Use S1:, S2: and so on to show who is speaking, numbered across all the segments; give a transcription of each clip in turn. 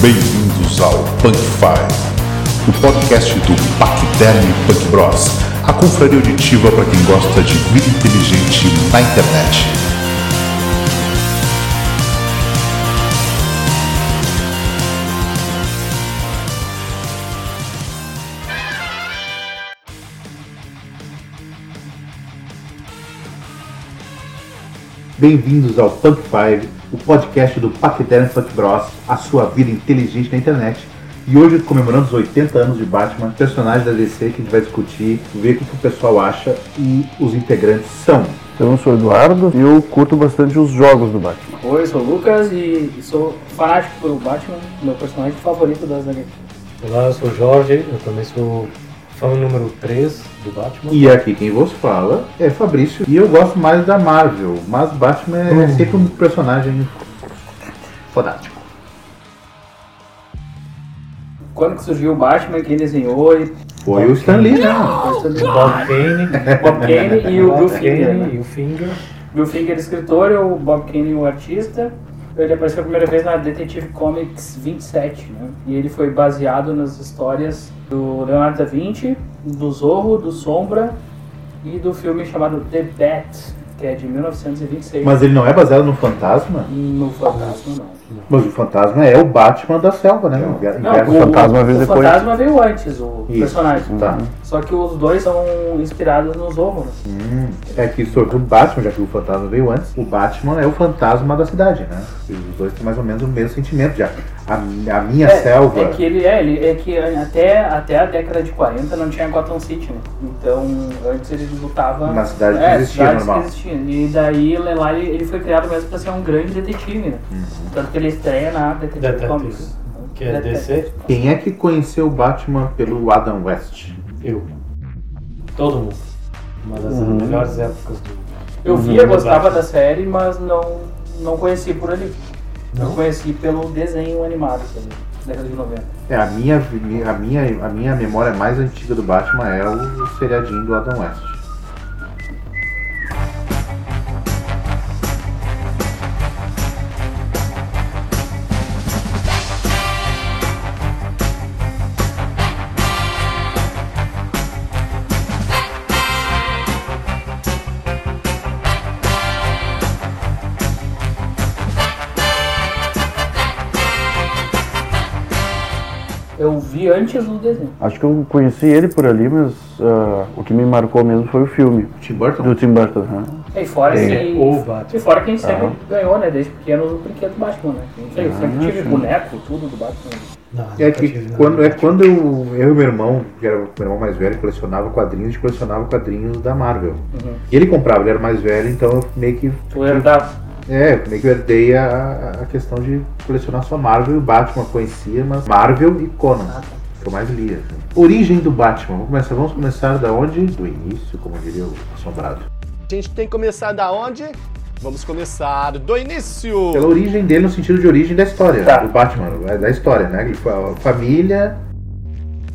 S1: Bem-vindos ao Punk Five, o podcast do Paquiderme Punk Bros, a confraria auditiva para quem gosta de vida inteligente na internet.
S2: Bem-vindos ao Punk Five, o podcast do Paquiderm Punk Bros, a sua vida inteligente na internet. E hoje, comemorando os 80 anos de Batman, personagens da DC que a gente vai discutir, ver o que o pessoal acha e os integrantes são.
S3: Eu sou o Eduardo e eu curto bastante os jogos do Batman.
S4: Oi, sou o Lucas e sou fanático pelo Batman, meu personagem favorito das HQ.
S5: Olá, eu sou o Jorge, eu também sou fã número 3 do Batman.
S2: E aqui quem vos fala é Fabrício. E eu gosto mais da Marvel, mas Batman é
S4: Hum.
S2: sempre um personagem fodástico.
S4: Quando que surgiu o Batman, quem desenhou e
S2: Foi o Stan Lee, né?
S5: O Bob Kane,
S4: Bob Kane e o Bill
S5: Bob
S4: Finger.
S5: Kane
S4: né?
S5: e o Finger.
S4: Bill Finger escritor e o Bob Kane o artista. Ele apareceu a primeira vez na Detective Comics 27, né? E ele foi baseado nas histórias do Leonardo da Vinci, do Zorro, do Sombra e do filme chamado The Bat, que é de 1926.
S2: Mas ele não é baseado no fantasma?
S4: No Fantasma, não.
S2: Mas o fantasma é o Batman da selva, né? O Inverno
S4: Não,
S3: o fantasma veio
S4: o
S3: depois.
S4: fantasma veio antes, o
S2: Isso,
S4: personagem. Uhum.
S2: tá.
S4: Só que os dois são inspirados nos Zorros.
S2: É que sobre o Batman, já que o fantasma veio antes, o Batman é o fantasma da cidade, né? E os dois têm mais ou menos o mesmo sentimento já. A, a minha selva.
S4: É que ele é, ele é que até, até a década de 40 não tinha Gotham City, né? Então antes ele lutava
S2: Na cidade que
S4: é,
S2: existia,
S4: cidades
S2: normal.
S4: que existiam. E daí ele- lá ele, ele foi criado mesmo pra ser um grande detetive, né?
S2: Uhum.
S4: Tanto que ele estreia na Detective
S5: Detective,
S4: Comics.
S5: Que é DC?
S2: Quem é que conheceu o Batman pelo Adam West?
S5: Eu. Todo mundo. Uma das
S2: Uhum.
S5: melhores épocas do.
S4: Eu via,
S5: Uhum.
S4: gostava da série, mas não, não conheci por ali. Eu
S5: Não?
S4: conheci pelo desenho animado, sabe? Década de 90.
S2: É, a minha, vi- a minha, a minha memória mais antiga do Batman é o seriadinho do Adam West.
S4: Eu vi antes do desenho.
S3: Acho que eu conheci ele por ali, mas ah, o que me marcou mesmo foi o filme
S2: Tim Burton?
S3: do Tim Burton. né?
S4: E fora
S5: É,
S4: que.
S5: o Batman.
S4: E fora que a gente sempre ganhou, né? Desde pequeno o brinquedo do Batman, né? Não sei, eu
S5: Ah,
S4: sempre tive boneco, tudo do Batman.
S5: Não,
S2: É
S5: nunca
S2: que
S5: tive nada.
S2: quando, é quando eu, eu e meu irmão, que era o meu irmão mais velho, colecionava quadrinhos, a gente colecionava quadrinhos da Marvel.
S4: Uhum.
S2: E ele comprava, ele era mais velho, então eu meio que
S4: Tu herdava.
S2: É, meio que eu herdei a, a questão de colecionar só Marvel e o Batman eu conhecia, mas Marvel e Conan. Que eu mais lia. assim. Origem do Batman. Vamos começar, vamos começar da onde? Do início, como diria o assombrado.
S6: A gente tem que começar da onde? Vamos começar do início.
S2: Pela origem dele no sentido de origem da história.
S4: Tá.
S2: Do Batman, é da história, né? Ele foi a família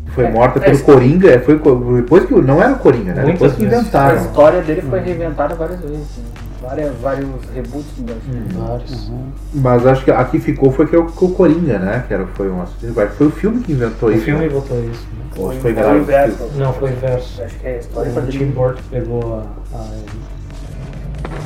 S2: que foi
S4: É,
S2: morta
S4: é
S2: pelo
S4: isso.
S2: Coringa. é, Foi co- depois que não era o Coringa, né?
S5: Muitas
S2: depois que
S5: vezes.
S4: A
S2: inventaram.
S4: história dele foi reinventada várias vezes. né? Várias, vários reboots né?
S5: Uhum. Vários.
S2: Uhum. Mas acho que aqui ficou foi que é o, que o Coringa, né? Que era, foi, um, assassino. foi o filme que inventou
S5: O
S2: isso.
S5: filme
S2: né?
S5: botou isso. né?
S2: Ou se
S4: Foi
S2: foi
S4: um o
S2: enganado.
S4: inverso.
S5: Não, foi o inverso.
S4: Acho que é a história foi
S5: O Tim Burton pegou a. a-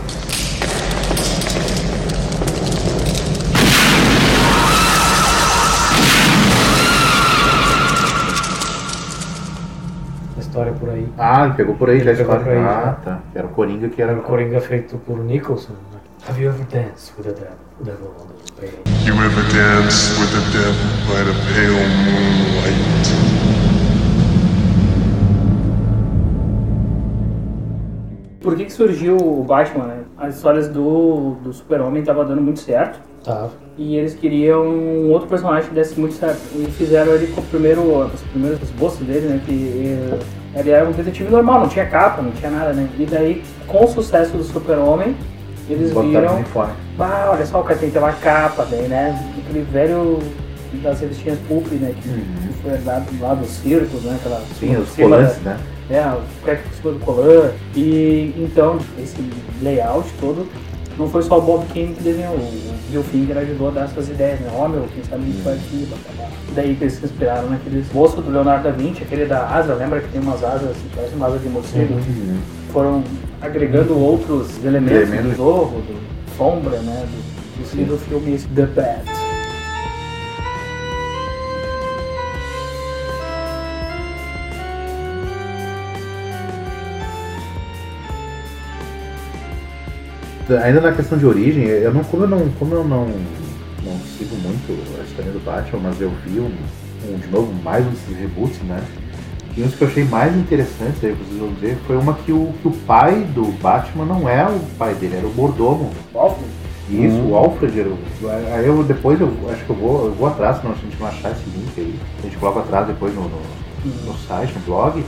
S5: a história é por aí.
S2: Ah, ele pegou por aí
S5: Ele
S2: já a
S5: pegou
S2: história.
S5: por aí,
S2: ah,
S5: né?
S2: tá. Que Era o Coringa que era.
S5: Era o Coringa feito por Nicholson. né? Have you ever danced with the devil? devil on the pale?
S7: You ever dance with the devil by the pale moonlight?
S4: Por que, que surgiu o Batman, né? As histórias do, do Super-Homem estavam dando muito certo.
S5: Tá.
S4: E eles queriam um outro personagem que desse muito certo. E fizeram ele com o primeiro, os primeiros esboços dele, né? Que eh, ele era um detetive normal, não tinha capa, não tinha nada, né? E daí, com o sucesso do Super-Homem, eles
S2: Botaram o
S4: viram.
S2: uniforme.
S4: Ah, olha só, o cara tem que ter uma capa, daí, né? Aquele velho das revistinhas Pulp, né? Que que foi dado lá dos circos, né? Aquela,
S2: Uhum. Sim, os
S4: cima da-
S2: colantes, né?
S4: é, o Crack por cima do Colan. E então, esse layout todo Não foi só o Bob Kane que desenhou, o Bill Finger ajudou a dar suas ideias, né? Ó, meu, quem sabe a gente
S2: Hum.
S4: faz aqui, blá, blá, blá. Daí que eles se inspiraram naquele esboço do Leonardo da Vinci, aquele da asa, lembra que tem umas asas, assim, parece uma asa de
S2: Uhum.
S4: morcego? Foram agregando outros elementos do
S2: Elementos.
S4: Zorro, do Sombra, né? Do, do, do filme The Bat.
S2: Ainda na questão de origem, eu não, como eu não, como eu não, não sigo muito a história do Batman, mas eu vi um, um, de novo mais um desses reboots, né? E um dos que eu achei mais interessantes, aí vocês vão dizer, foi uma que o, que o pai do Batman não é o pai dele, era o mordomo.
S4: Óbvio.
S2: E isso, o Alfred era o. Aí eu depois eu acho que eu vou, eu vou atrás, senão a gente não achar esse link aí. A gente coloca atrás depois no, no, no site, no blog.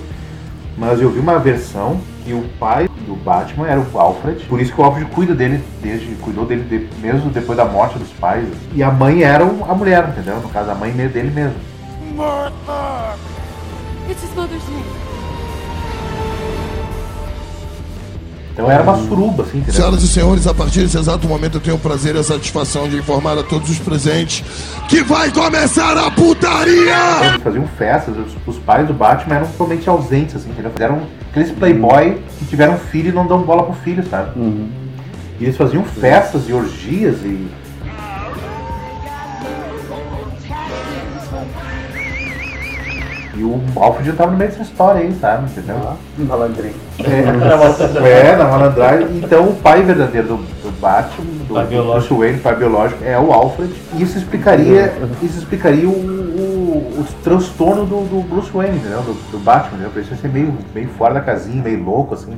S2: Mas eu vi uma versão que o pai do Batman era o Alfred. Por isso que o Alfred cuida dele desde. cuidou dele de- mesmo depois da morte dos pais. E a mãe era o- a mulher, entendeu? No caso, a mãe me- dele mesmo.
S8: It's his mother's name.
S2: Então era uma suruba, assim, entendeu?
S9: Senhoras e senhores, a partir desse exato momento eu tenho o prazer e a satisfação de informar a todos os presentes que vai começar a putaria!
S2: Eles faziam festas, os, os pais do Batman eram totalmente ausentes, assim, entendeu? Eram aqueles playboy que tiveram filho e não dão bola pro filho, sabe? E eles faziam festas e orgias e. E o Alfred já tava no meio dessa história aí, sabe? Entendeu?
S4: Malandrinho.
S2: É, é, na malandragem. Então o pai verdadeiro do, do Batman, do
S5: Pai biológico.
S2: Bruce Wayne, pai biológico, é o Alfred. E isso explicaria, isso explicaria o, o, o transtorno do, do Bruce Wayne, entendeu? Do, do Batman, entendeu? Pra isso ser meio, meio fora da casinha, meio louco, assim.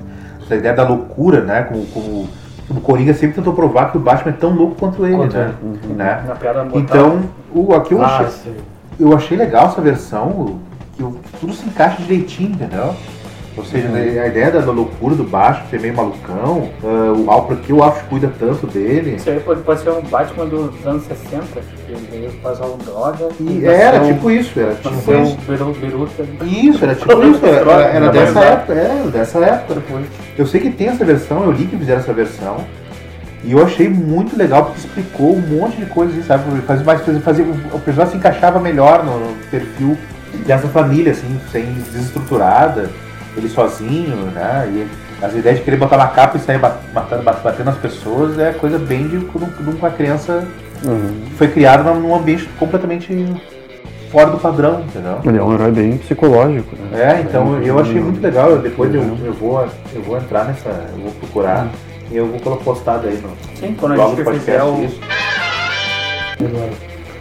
S2: Essa ideia da loucura, né? Como, como, como o Coringa sempre tentou provar que o Batman é tão louco quanto ele,
S5: Quanto
S2: né? Né?
S4: Na piada tá? mortal.
S2: Então, o, aqui eu achei,
S5: Ah, sim.
S2: eu achei legal essa versão, que, o- que tudo se encaixa direitinho, entendeu? Ou seja, né, a ideia da, da loucura do baixo, ser meio malucão, ah, o Alfred que o Alfred cuida tanto dele.
S4: Isso aí pode, pode ser um Batman dos anos 60, que eles passavam um droga.
S2: E era tipo isso, era tipo
S4: Foi
S2: isso.
S4: um peru, peruta.
S2: Isso, era tipo isso, era, era- era
S4: Não vai
S2: dessa
S4: usar.
S2: época, era dessa época. Eu sei que tem essa versão, eu li que fizeram essa versão. E eu achei muito legal porque explicou um monte de coisas, sabe? Fazia mais coisa, fazia, o personagem se encaixava melhor no no perfil dessa família, assim, sem desestruturada, ele sozinho, né? E as ideias de querer botar na capa e sair ba- matando, ba- batendo as pessoas é coisa bem de, de uma criança que foi criada num ambiente completamente fora do padrão, entendeu?
S3: Ele é um herói bem psicológico, né?
S2: É, então eu achei muito legal. eu- Depois eu, eu, vou, eu vou entrar nessa, eu vou procurar e eu vou colocar postado aí no
S4: Sim, quando a
S2: blog
S4: gente
S2: do
S4: fizer
S2: podcast.
S4: o.
S2: Isso.
S5: Agora,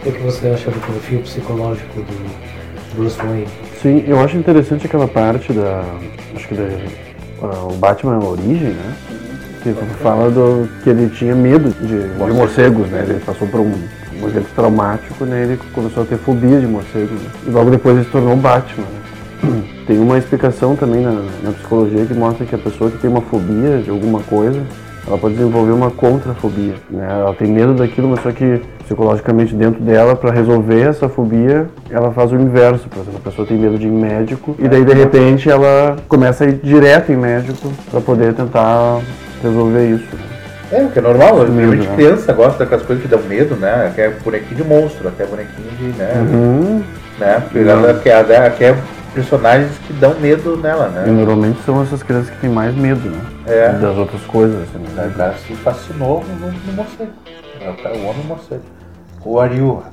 S5: o que você acha do perfil psicológico do Bruce Wayne?
S3: Sim, eu acho interessante aquela parte da. Acho que da. ah, o Batman Origem, né? Que fala do, que ele tinha medo de, de morcegos, né? Ele passou por um, um evento traumático, né? Ele começou a ter fobia de morcegos. né? E logo depois ele se tornou o Batman, né? Tem uma explicação também na, na psicologia que mostra que a pessoa que tem uma fobia de alguma coisa, ela pode desenvolver uma contrafobia. Né? Ela tem medo daquilo, mas só que psicologicamente dentro dela, para resolver essa fobia, ela faz o inverso. Por exemplo, a pessoa tem medo de ir em médico e daí de repente ela começa a ir direto em médico para poder tentar resolver isso. né?
S2: É, o que é normal,
S3: Medo,
S2: de
S3: né?
S2: criança gosta daquelas coisas que dão medo, né? Que é bonequinho de monstro, até bonequinho de, né?
S3: Hum,
S2: né? Porque ela quer, ela quer personagens que dão medo nela,
S3: E
S2: né?
S3: normalmente são essas crianças que têm mais medo, né?
S2: É.
S3: Das outras coisas, assim,
S2: Na
S3: né?
S2: verdade, se fascinou no, no, no morcego. É o cara- O homem morcego. O ah, Ariu.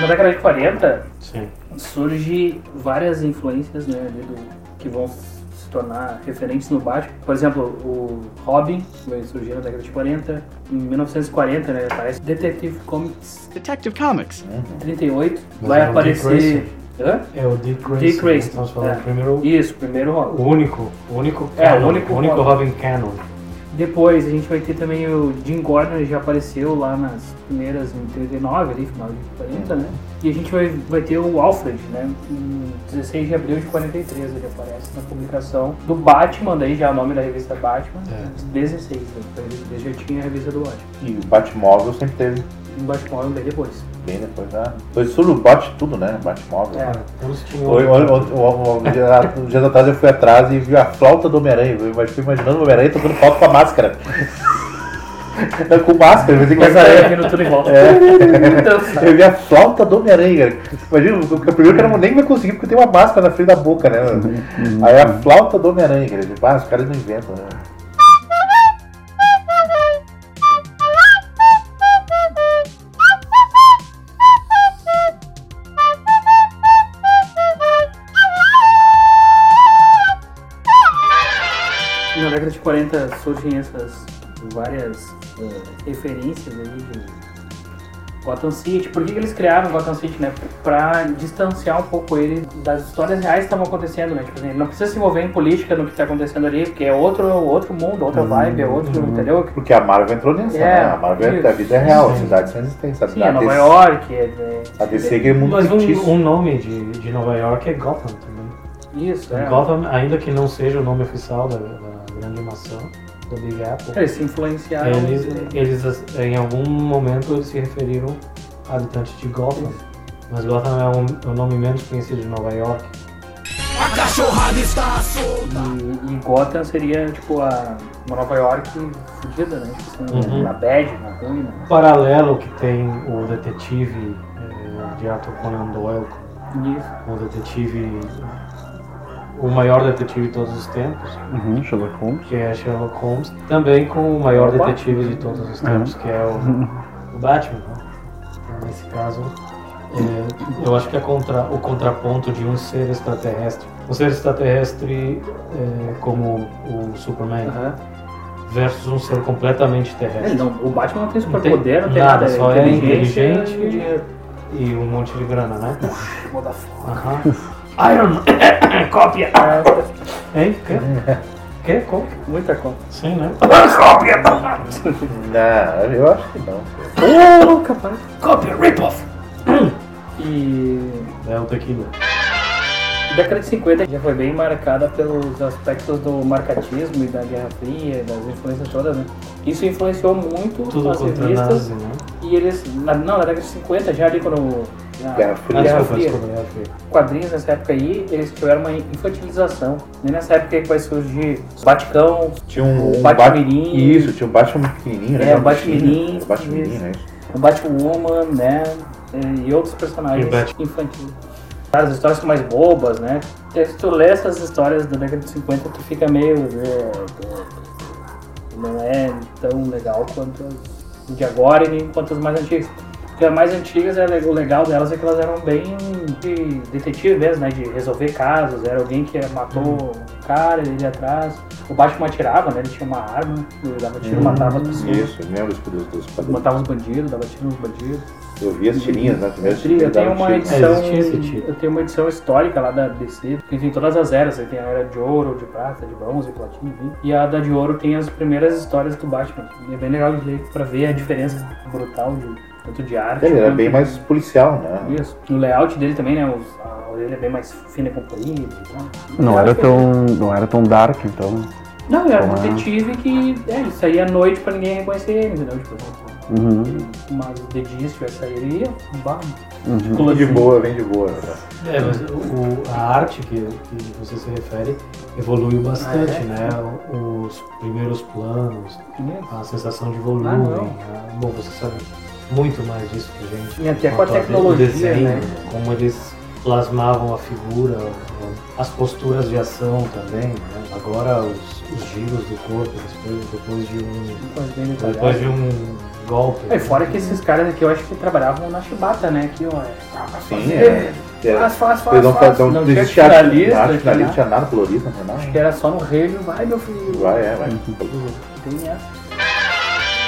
S4: Na década de 40
S5: Sim.
S4: surge várias influências né, ali do- que vão se tornar referentes no Batman. Por exemplo, o Robin vai surgir na década de 40. Em 1940, né, aparece Detective Comics
S6: Detective Comics.
S4: 38.
S5: Mas
S4: vai
S5: é o Dick
S4: aparecer... Hã?
S5: É o Dick Grayson.
S4: Dick Grayson,
S5: Nós falamos
S4: é.
S5: primeiro
S4: Isso, primeiro
S5: o
S4: Robin.
S5: único, o único
S4: É, o
S5: canon,
S4: único
S5: o único
S4: Robin.
S5: Robin Canon.
S4: Depois a gente vai ter também o Jim Gordon, ele já apareceu lá nas primeiras, em 39, ali, final de 40, né? E a gente vai, vai ter o Alfred, né? Em 16 de abril de 43 ele aparece na publicação do Batman, daí já é o nome da revista Batman, 16, né? Então ele ele já tinha a revista do Batman.
S2: E o Batmóvel sempre teve
S4: O Batman veio depois.
S2: bem depois da. Foi tudo bate tudo, né? Batmóvel.
S4: É. um-
S5: Todos tinham.
S2: Foi, o- o- o- o- dia- uns dias atrás eu fui atrás e vi a flauta do Homem-Aranha. Eu imag- fui imaginando o Homem-Aranha tocando flauta com a máscara. Tá com máscara, mas tem que
S4: Mas
S2: fazer-
S4: aí aqui no Tá Tudo em Volta. É.
S2: Eu vi a flauta do Homem-Aranha, cara. Imagina, o o primeiro cara nem vai conseguir porque tem uma máscara na frente da boca, né? Aí a flauta do Homem-Aranha, cara. Tipo, ah, os caras não inventam, né?
S4: Na década de 40 surgem essas várias
S2: É.
S4: eh, referências aí de Gotham City. Por que, que eles criaram Gotham City, né? Pra distanciar um pouco ele das histórias reais que estavam acontecendo, né? Tipo assim, ele não precisa se envolver em política no que tá acontecendo ali, porque é outro, outro mundo,
S2: Uhum,
S4: outra vibe, é outro, entendeu?
S2: Porque a Marvel entrou nessa,
S4: É,
S2: né? A Marvel
S4: isso.
S2: é a vida é real, a cidade sem existência. A
S4: Sim, é
S2: DC
S4: Nova York, é, é-
S2: A DC é aquele mundo
S5: Mas
S2: fictício.
S5: um, um nome de, de Nova York é Gotham também. Então,
S4: Isso, é.
S5: Gotham, ainda que não seja o nome oficial da, da grande maçã, do Big Apple,
S4: Eles se influenciaram.
S2: É,
S5: eles,
S4: né?
S5: eles, eh, em algum momento eles se referiram a habitantes de Gotham. Mas Gotham é um- é o nome menos conhecido de Nova York.
S4: E, e Gotham seria, tipo, a uma Nova York fudida, né? Tipo, assim,
S5: Uhum.
S4: Na bad, na ruim, né?
S5: Paralelo que tem o detetive eh, de Arthur Conan Doyle,
S4: Isso.
S5: o detetive, o maior detetive de todos os tempos,
S3: Uhum, Sherlock Holmes.
S5: que é Sherlock Holmes, também com o maior
S4: Opa.
S5: detetive de todos os tempos, que é o, o Batman. né? Então, nesse caso, é, eu acho que é contra, o contraponto de um ser extraterrestre. Um ser extraterrestre é, como o Superman
S4: Aham.
S5: versus um ser completamente
S4: É,
S5: terrestre.
S4: não, o Batman não tem
S5: Não tem
S4: superpoder, não tem
S5: nada,
S4: nada.
S5: só é
S4: inteligência é
S5: inteligente.
S4: e dinheiro.
S5: E um monte de grana, né?
S4: Botafogo.
S5: Aham. Iron Man, cópia! Hein? Quê? Quê? Como?
S4: Muita conta.
S5: Sim, né?
S2: Não, né? eu acho que não.
S4: Ô, capaz.
S5: Cópia, rip-off!
S4: E
S5: É o tequila.
S4: a década de 50 já foi bem marcada pelos aspectos do marcatismo e da Guerra Fria, e das influências todas, né? Isso influenciou muito
S5: Tudo
S4: as
S5: contra a
S4: revistas.
S5: nazi, né?
S4: E eles, na, não, na década de 50, já ali quando. na-
S2: Guerra
S5: Ah,
S2: Fria.
S5: desculpa,
S4: Fria.
S5: desculpa, Guerra Fria.
S4: quadrinhos nessa época aí, eles tiveram uma infantilização. E nessa época aí que vai surgir Baticão,
S2: Tinha um, um
S4: Batmirim.
S2: Bat- Isso, tinha um Batman pequenininho, né?
S4: É, o Batmirim.
S2: Era o Batmirim, né?
S4: o Batwoman, né? E outros personagens
S5: E o Bat-
S4: infantis. As histórias são mais bobas, né? E Se tu lê essas histórias da década de 50, tu fica meio. é, é, não é tão legal quanto as de agora e nem quanto as mais antigas. Porque as mais antigas, é le- o legal delas é que elas eram bem de detetive mesmo, né? De resolver casos. Era alguém que matou
S5: Uhum.
S4: um cara, ele ia atrás. O Batman atirava, né? Ele tinha uma arma, ele dava tiro,
S5: Uhum.
S4: matava as pessoas.
S2: Isso, eu lembro isso dos, dos quadrinhos.
S4: Matava os bandidos, dava tiro nos bandidos.
S2: Eu vi as tirinhas, né? Primeiro
S4: Eu tenho uma edição.
S5: existia esse tipo.
S4: Eu tenho uma edição histórica lá da DC, que tem todas as eras, aí tem a era de ouro, de prata, de bronze, platino, enfim. E a da de ouro tem as primeiras histórias do Batman. E é bem legal de ler pra ver a diferença brutal de tanto de arte.
S2: Ele era
S4: quanto-
S2: bem mais policial, né?
S4: Isso. O layout dele também, né? Os, a orelha é bem mais fina e comprida. e tal.
S3: Não era tão, não era tão dark, então.
S4: Não, ele era um
S3: Ah.
S4: detetive que. É, ele saía à noite pra ninguém reconhecer ele, entendeu? Tipo,
S3: Uhum,
S4: mas o dedício ia sair ele ia. Bam.
S3: uhum.
S2: Vem
S4: assim.
S2: de boa, vem de boa. né?
S5: É, mas o- a arte que, que você se refere evoluiu bastante,
S4: Ah, é?
S5: né? O- Os primeiros planos, a sensação de volume.
S4: Ah, não.
S5: né? Bom, você sabe muito mais disso que a gente.
S4: E até com a
S5: Quanto
S4: tecnologia,
S5: o desenho,
S4: né?
S5: Como eles plasmavam a figura, as posturas de ação também, né? Agora os, os giros do corpo, as coisas, depois de um.
S4: Mas bem detalhado.
S5: Depois de um golpe. né?
S4: É, fora que esses caras aqui eu acho que trabalhavam na chibata, né? Aqui, ó. é,
S2: Sim, é. é.
S4: Faz, faz, faz.
S2: Eles não
S4: faz.
S2: faziam. Não
S4: tinha
S2: existia arte
S4: finalista, né?
S2: arte
S4: tinha
S2: finalista,
S4: nada.
S2: tinha nada colorido, não tinha nada.
S4: Acho que era só no reino, vai meu filho.
S2: Vai, é, vai.
S4: Uhum. Tem essa.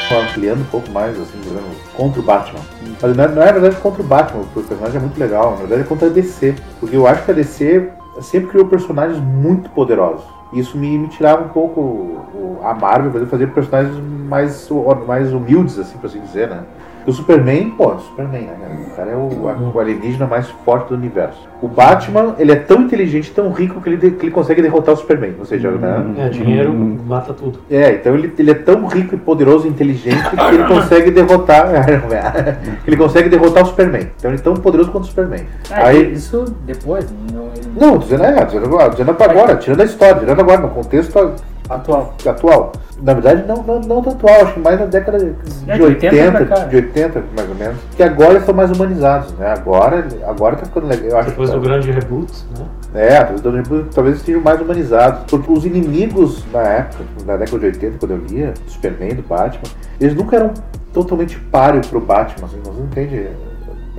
S2: Só ampliando um pouco mais, assim, por exemplo, contra o Batman. Mas não é, não é na verdade contra o Batman, porque o personagem é muito legal, na verdade é contra a DC. Porque eu acho que a DC sempre criou personagens muito poderosos. Isso me, me tirava um pouco o- a Marvel, fazer fazer personagens mais, hu- mais humildes, assim, pra assim dizer, né? O Superman, pô, Superman, né? cara? O cara é o, a- o alienígena mais forte do universo. O Batman, ele é tão inteligente, tão rico, que ele, de- que ele consegue derrotar o Superman. Ou seja, né?
S5: É, dinheiro mata tudo.
S2: É, então ele, ele é tão rico e poderoso e inteligente que ele consegue derrotar. Iron Man. que ele consegue derrotar o Superman. Então ele é tão poderoso quanto o Superman.
S4: Ah,
S2: Aí-
S4: Isso depois, não, ele-
S2: Não, dizendo, é, dizendo, agora, dizendo pra agora, tirando a história, tirando agora, no contexto
S4: atual.
S2: atual. Na verdade, não, não, não tanto atual, acho que mais na década de,
S4: É,
S2: de
S4: de 80 pra cá.
S2: 80, de 80, mais ou menos. Que agora eles são mais humanizados, né? Agora, agora tá ficando legal. Eu acho
S5: Depois
S2: que
S5: do
S2: tá-
S5: grande reboot, né?
S2: é, talvez, do Onibu- talvez estejam mais humanizados. Porque os inimigos na época, na década de 80, quando eu lia, do Superman, do Batman, eles nunca eram totalmente páreo pro Batman, assim, você não entende?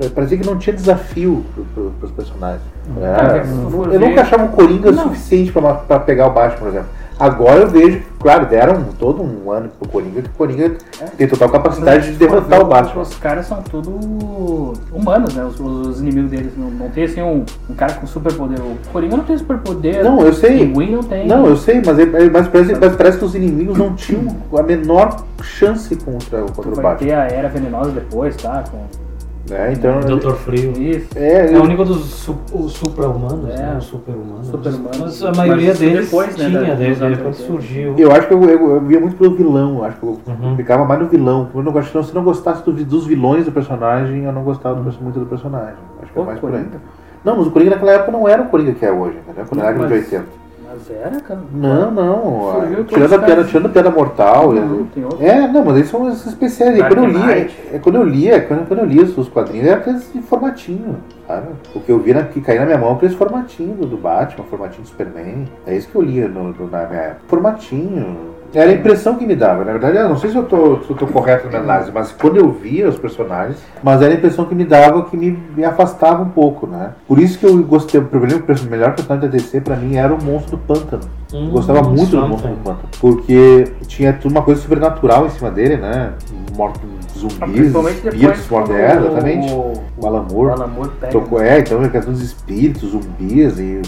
S2: É, Parecia que não tinha desafio pro, pro, pros personagens. né?
S4: Ah, mas se tu for
S2: eu
S4: ver-
S2: nunca achava o Coringa
S4: Não.
S2: suficiente pra, ma- pra pegar o Batman, por exemplo. Agora eu vejo, claro, deram todo um ano pro Coringa, que o Coringa
S4: É.
S2: tem total capacidade de derrotar o Batman.
S4: Os caras são tudo humanos, né? Os, os inimigos deles não, não tem assim um, um cara com superpoder. O Coringa não tem superpoder.
S2: Não, eu sei.
S4: O Pinguim não tem.
S2: Não, eu sei, mas, é- é- mas parece, mas parece que os inimigos não tinham a menor chance contra, contra o
S4: Vai
S2: Batman.
S4: ter a Era Venenosa depois, tá? Com
S2: Né? Então,
S5: Doutor Frio.
S4: isso.
S2: é,
S5: É o único dos su- os supra-humanos,
S4: É.
S5: né? Os super-humanos.
S4: Super-humanos.
S5: Mas a maioria
S4: Mas
S5: deles
S4: depois, né,
S5: tinha,
S4: da-
S5: né?
S4: dos anos
S5: Depois
S4: 80.
S5: surgiu.
S2: eu acho que eu, eu, eu via muito pelo vilão, eu acho que eu
S5: Uhum.
S2: ficava mais no vilão. Eu não gosto, se não gostasse do- dos vilões do personagem, eu não gostava do perso- muito do personagem. Acho que é
S4: Pô,
S2: mais por aí.
S4: Coringa.
S2: Não, mas o Coringa naquela época não era o Coringa que é hoje, entendeu? Quando
S4: Não,
S2: era de
S4: mas-
S2: 80.
S4: Mas era, cara.
S2: Não, não.
S4: Tá. Surgiu
S2: ah,
S4: todos
S2: Tirando a,
S4: os
S2: piada,
S4: caras.
S2: tirando a piada mortal.
S4: Não,
S2: eu-
S4: tem outro.
S2: É, não, mas eles são esses especiais. E
S4: Dark
S2: Quando eu lia,
S4: Knight.
S2: é, quando eu lia, quando, quando eu lia os quadrinhos, era aqueles de formatinho, sabe? O que eu vi na, que caía na minha mão, aqueles formatinhos do, do Batman, formatinho do Superman. É isso que eu lia no, no- na minha época. Formatinho. Era a impressão que me dava. Na verdade, eu não sei se eu tô, se eu tô correto na análise, mas quando eu via os personagens, mas era a impressão que me dava que me, me afastava um pouco, né? Por isso que eu gostei, o primeiro- o melhor personagem da DC pra mim era o monstro do pântano. Eu
S5: Hum,
S2: gostava muito do
S5: Something.
S2: Monstro do Pântano, porque tinha tudo uma coisa sobrenatural em cima dele, né? Morto zumbis,
S4: Tá, Principalmente
S2: espíritos,
S4: depois.
S2: mortos,
S4: quando
S2: é, exatamente.
S4: O,
S2: O Alan
S4: o
S2: Moore
S4: Alan Moore pega.
S2: tocou, é, então a questão dos espíritos, zumbis e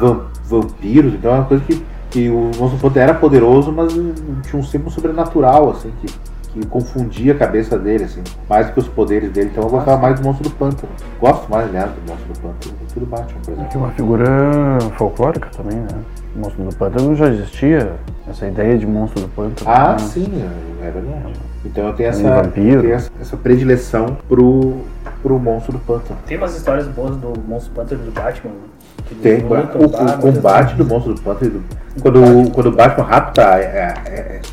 S2: vam- vampiros, então é uma coisa que, que o Monstro do Pântano era poderoso, mas hum, tinha um sempre um sobrenatural, assim, que, que confundia a cabeça dele, assim, mais do que os poderes dele, então eu
S4: Ah,
S2: gostava mais do Monstro do Pântano. Gosto mais, aliás, do Monstro do Pântano do que do Batman, por exemplo.
S3: Que é uma figura folclórica também, né? O monstro do pântano já existia, essa ideia de monstro do pântano.
S2: Ah,
S3: né?
S2: sim, é verdade. Então eu tenho
S3: Tem
S2: essa,
S3: vampiro.
S2: tenho essa, essa predileção pro, pro monstro do pântano.
S4: Tem umas histórias boas do Monstro Panther e do Batman. que eles
S2: Tem o,
S4: lutam,
S2: o-
S4: tá?
S2: o combate do monstro do pântano. do- quando, o- quando o Batman rapta a,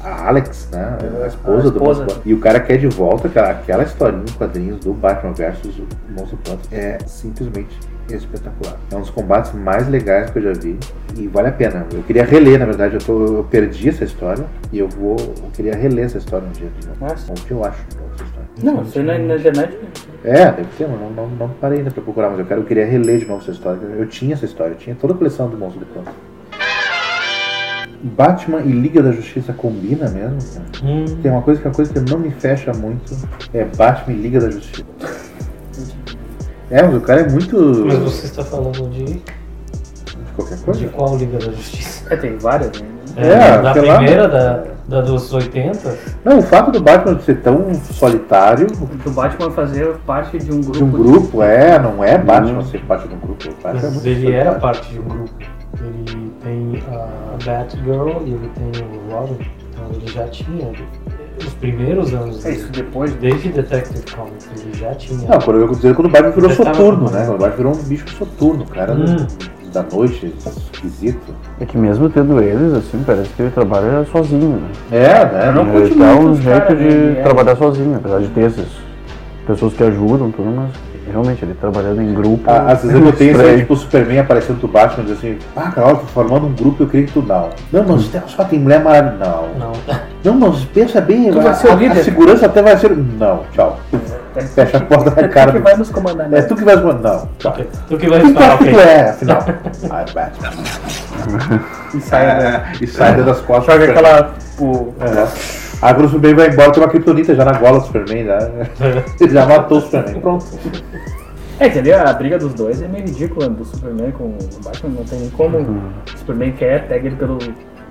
S2: a- a Alex, né? A esposa,
S4: É,
S2: do
S4: A esposa.
S2: monstro do pântano. E o cara quer de volta aquela, aquela historinha em quadrinhos do Batman versus o monstro do pântano. É simplesmente espetacular. É um dos combates mais legais que eu já vi e vale a pena. Eu queria reler, na verdade, eu, tô- eu perdi essa história e eu vou, eu queria reler essa história um dia de novo.
S4: Nossa.
S2: O que eu acho de novo essa história?
S4: Não, é você na, na internet.
S2: É, deve ter, mas não, não, não parei ainda pra procurar, mas eu quero, eu queria reler de novo essa história. Eu, eu tinha essa história, eu tinha toda a coleção do Monstro do Pântano. Batman e Liga da Justiça combina mesmo? cara?
S5: Hum,
S2: Tem uma coisa que é uma coisa que não me fecha muito, é Batman e Liga da Justiça. É, mas o cara é muito.
S5: mas você está falando de,
S2: de qualquer
S5: de
S2: coisa.
S5: qual Liga da Justiça?
S4: É, tem várias, né?
S2: É,
S5: da
S2: sei lá.
S5: primeira, da, da dos 80?
S2: Não, o fato do Batman ser tão solitário
S4: Do Batman fazer parte de um grupo.
S2: de um grupo é, não é Batman ser parte de um grupo. O Batman é
S5: Mas
S2: muito
S5: ele era
S2: solitário.
S5: parte de um grupo. Ele tem a Batgirl e ele tem o Robin. Então ele já tinha os primeiros anos
S4: É isso,
S5: dele.
S4: depois de.
S5: Desde Detective Comics, ele já tinha.
S2: Não, quando eu dizer quando o Batman virou
S5: Você tava-
S2: soturno, né? Quando o Batman virou um bicho soturno, cara
S5: Hum.
S2: da noite, esquisito.
S3: É que mesmo tendo eles, assim, parece que ele trabalha sozinho, né?
S2: É, né?
S4: não curti
S3: ele dá
S4: muito
S3: um
S4: os
S3: jeito
S4: caras,
S3: de
S4: ele é-
S3: trabalhar sozinho, apesar de ter essas pessoas que ajudam, tudo, mas realmente ele trabalhando em grupo.
S2: Ah, Às vezes eu tenho isso
S3: Estranho.
S2: aí, tipo, o Superman aparecendo do Batman e dizendo assim, ah, cara, eu tô formando um grupo e eu queria que tu não. Não, mas tem- só tem mulher maravilhosa. Não.
S5: Não. então,
S2: Não, mas pensa bem,
S4: Tu vai
S2: a-
S4: ser o
S2: a-
S4: líder.
S2: A segurança até vai ser. um Não, tchau. Fecha a porta
S4: É
S2: na
S4: tu
S2: cara.
S4: que
S2: do-
S4: vai nos comandar, né?
S2: É tu que vai. Não.
S5: Tu que- Tu que vai
S2: Tu
S5: falar,
S2: acha que tu
S5: ok.
S2: é, afinal. Ah, é Batman. É.
S4: E sai.
S2: E sai das costas.
S4: Joga aquela. O,
S2: É. Agora o Superman né? vai embora, tem uma criptonita já na gola do Superman, já, já matou o Superman. Pronto.
S4: É, entendeu? A briga dos dois é meio ridícula do Superman com o Batman. Não tem nem como.
S2: Uhum.
S4: O Superman quer, pega ele pelo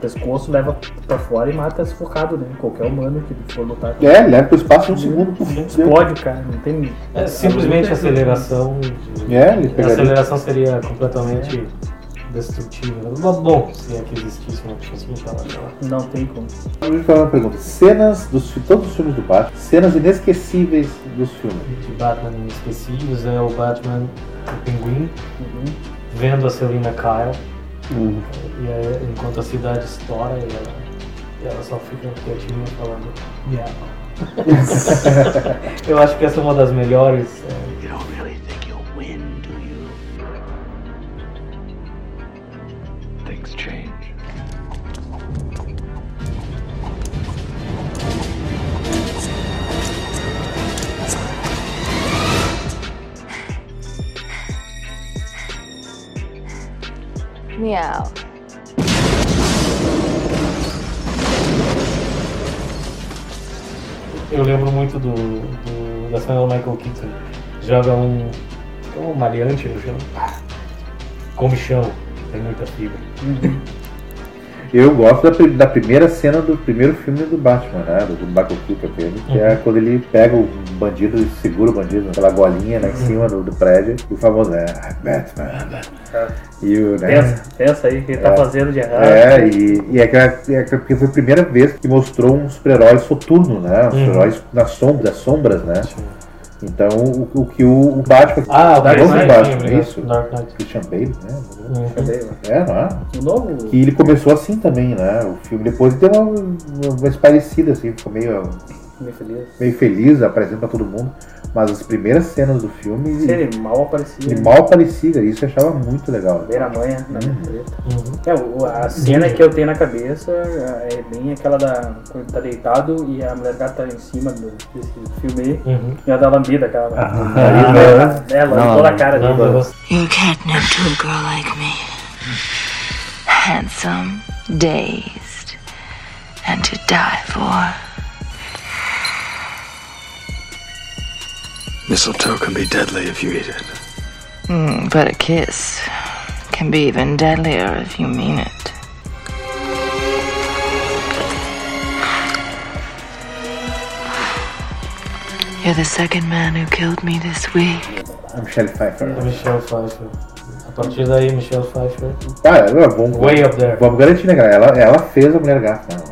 S4: pescoço, leva pra fora e mata sufocado, né? Qualquer humano que for lutar. com ele.
S2: É, leva pro espaço um segundo. puf, deu.
S4: Explode o cara, não tem.
S5: É simplesmente aceleração. de-
S2: É, ele
S5: A
S2: pegaria.
S5: aceleração seria completamente destrutiva. Mas bom, se é que existisse uma chance de falar dela.
S4: Não tem como.
S2: Deixa eu fazer uma pergunta. Cenas dos fi- todos os filmes do Batman, cenas inesquecíveis dos filmes.
S5: De Batman inesquecíveis é o Batman o Pinguim
S2: Uhum.
S5: vendo a Selina Kyle. E aí, enquanto a cidade estoura e ela, e ela só fica quietinha falando yeah. Eu acho que essa é uma das melhores. é,
S8: Meow.
S5: Eu lembro muito do, do- da cena do Michael Keaton. Joga um. é um maleante no chão. Pá. Come chão. Tem muita fibra.
S2: Eu gosto da, pri- da primeira cena do primeiro filme do Batman, né? Do, do Michael Keaton, aquele, que é quando ele pega o bandido e segura o bandido pela golinha lá em cima do, do prédio. E o famoso é "Ah, Batman. E o, né?
S4: Pensa, pensa aí o que ele tá fazendo de errado.
S2: É, e, e é, aquela, é aquela- porque foi a primeira vez que mostrou um super-herói soturno, né? Um super-herói
S5: Uhum.
S2: na sombra, das sombras, né? Então, o, o que o, o Batman.
S5: Ah, o
S2: Tá
S5: Dark
S2: novo
S5: Knight.
S2: Batman,
S5: sim, obrigado.
S2: isso?
S5: Dark Knight.
S2: Christian Bale, né?
S5: Uhum.
S2: É, não é?
S4: O novo.
S2: E ele começou assim também, né? O filme depois deu uma, uma vez parecida, assim, ficou meio,
S4: Me feliz.
S2: meio feliz, aparecendo pra todo mundo. Mas as primeiras cenas do filme, ele,
S4: Ele mal aparecia.
S2: ele mal aparecia, isso eu achava muito legal.
S4: Beira a manha na minha preta.
S5: Uhum.
S4: É, o- a cena que eu tenho na cabeça é bem aquela da. Quando ele tá deitado e a mulher gata tá em cima do, desse filme aí.
S5: Uhum.
S4: E ela dá lambida, aquela.
S3: Ah,
S4: é, ela
S3: não,
S4: limpou na cara
S5: Não,
S4: dele.
S5: mas-
S8: You can't nip to a girl like me. Handsome, dazed, and to die for.
S10: Mistletoe can be deadly if you eat it.
S8: Hmm, but a kiss can be even deadlier if you mean it. You're the second man who killed me this week.
S2: A Michelle Pfeiffer.
S5: a Michelle Pfeiffer. A partir daí, Michelle Pfeiffer.
S2: Cara, agora vamos,
S5: Way up there.
S2: vamos garantir, né, cara? Ela, ela fez a mulher gata. né?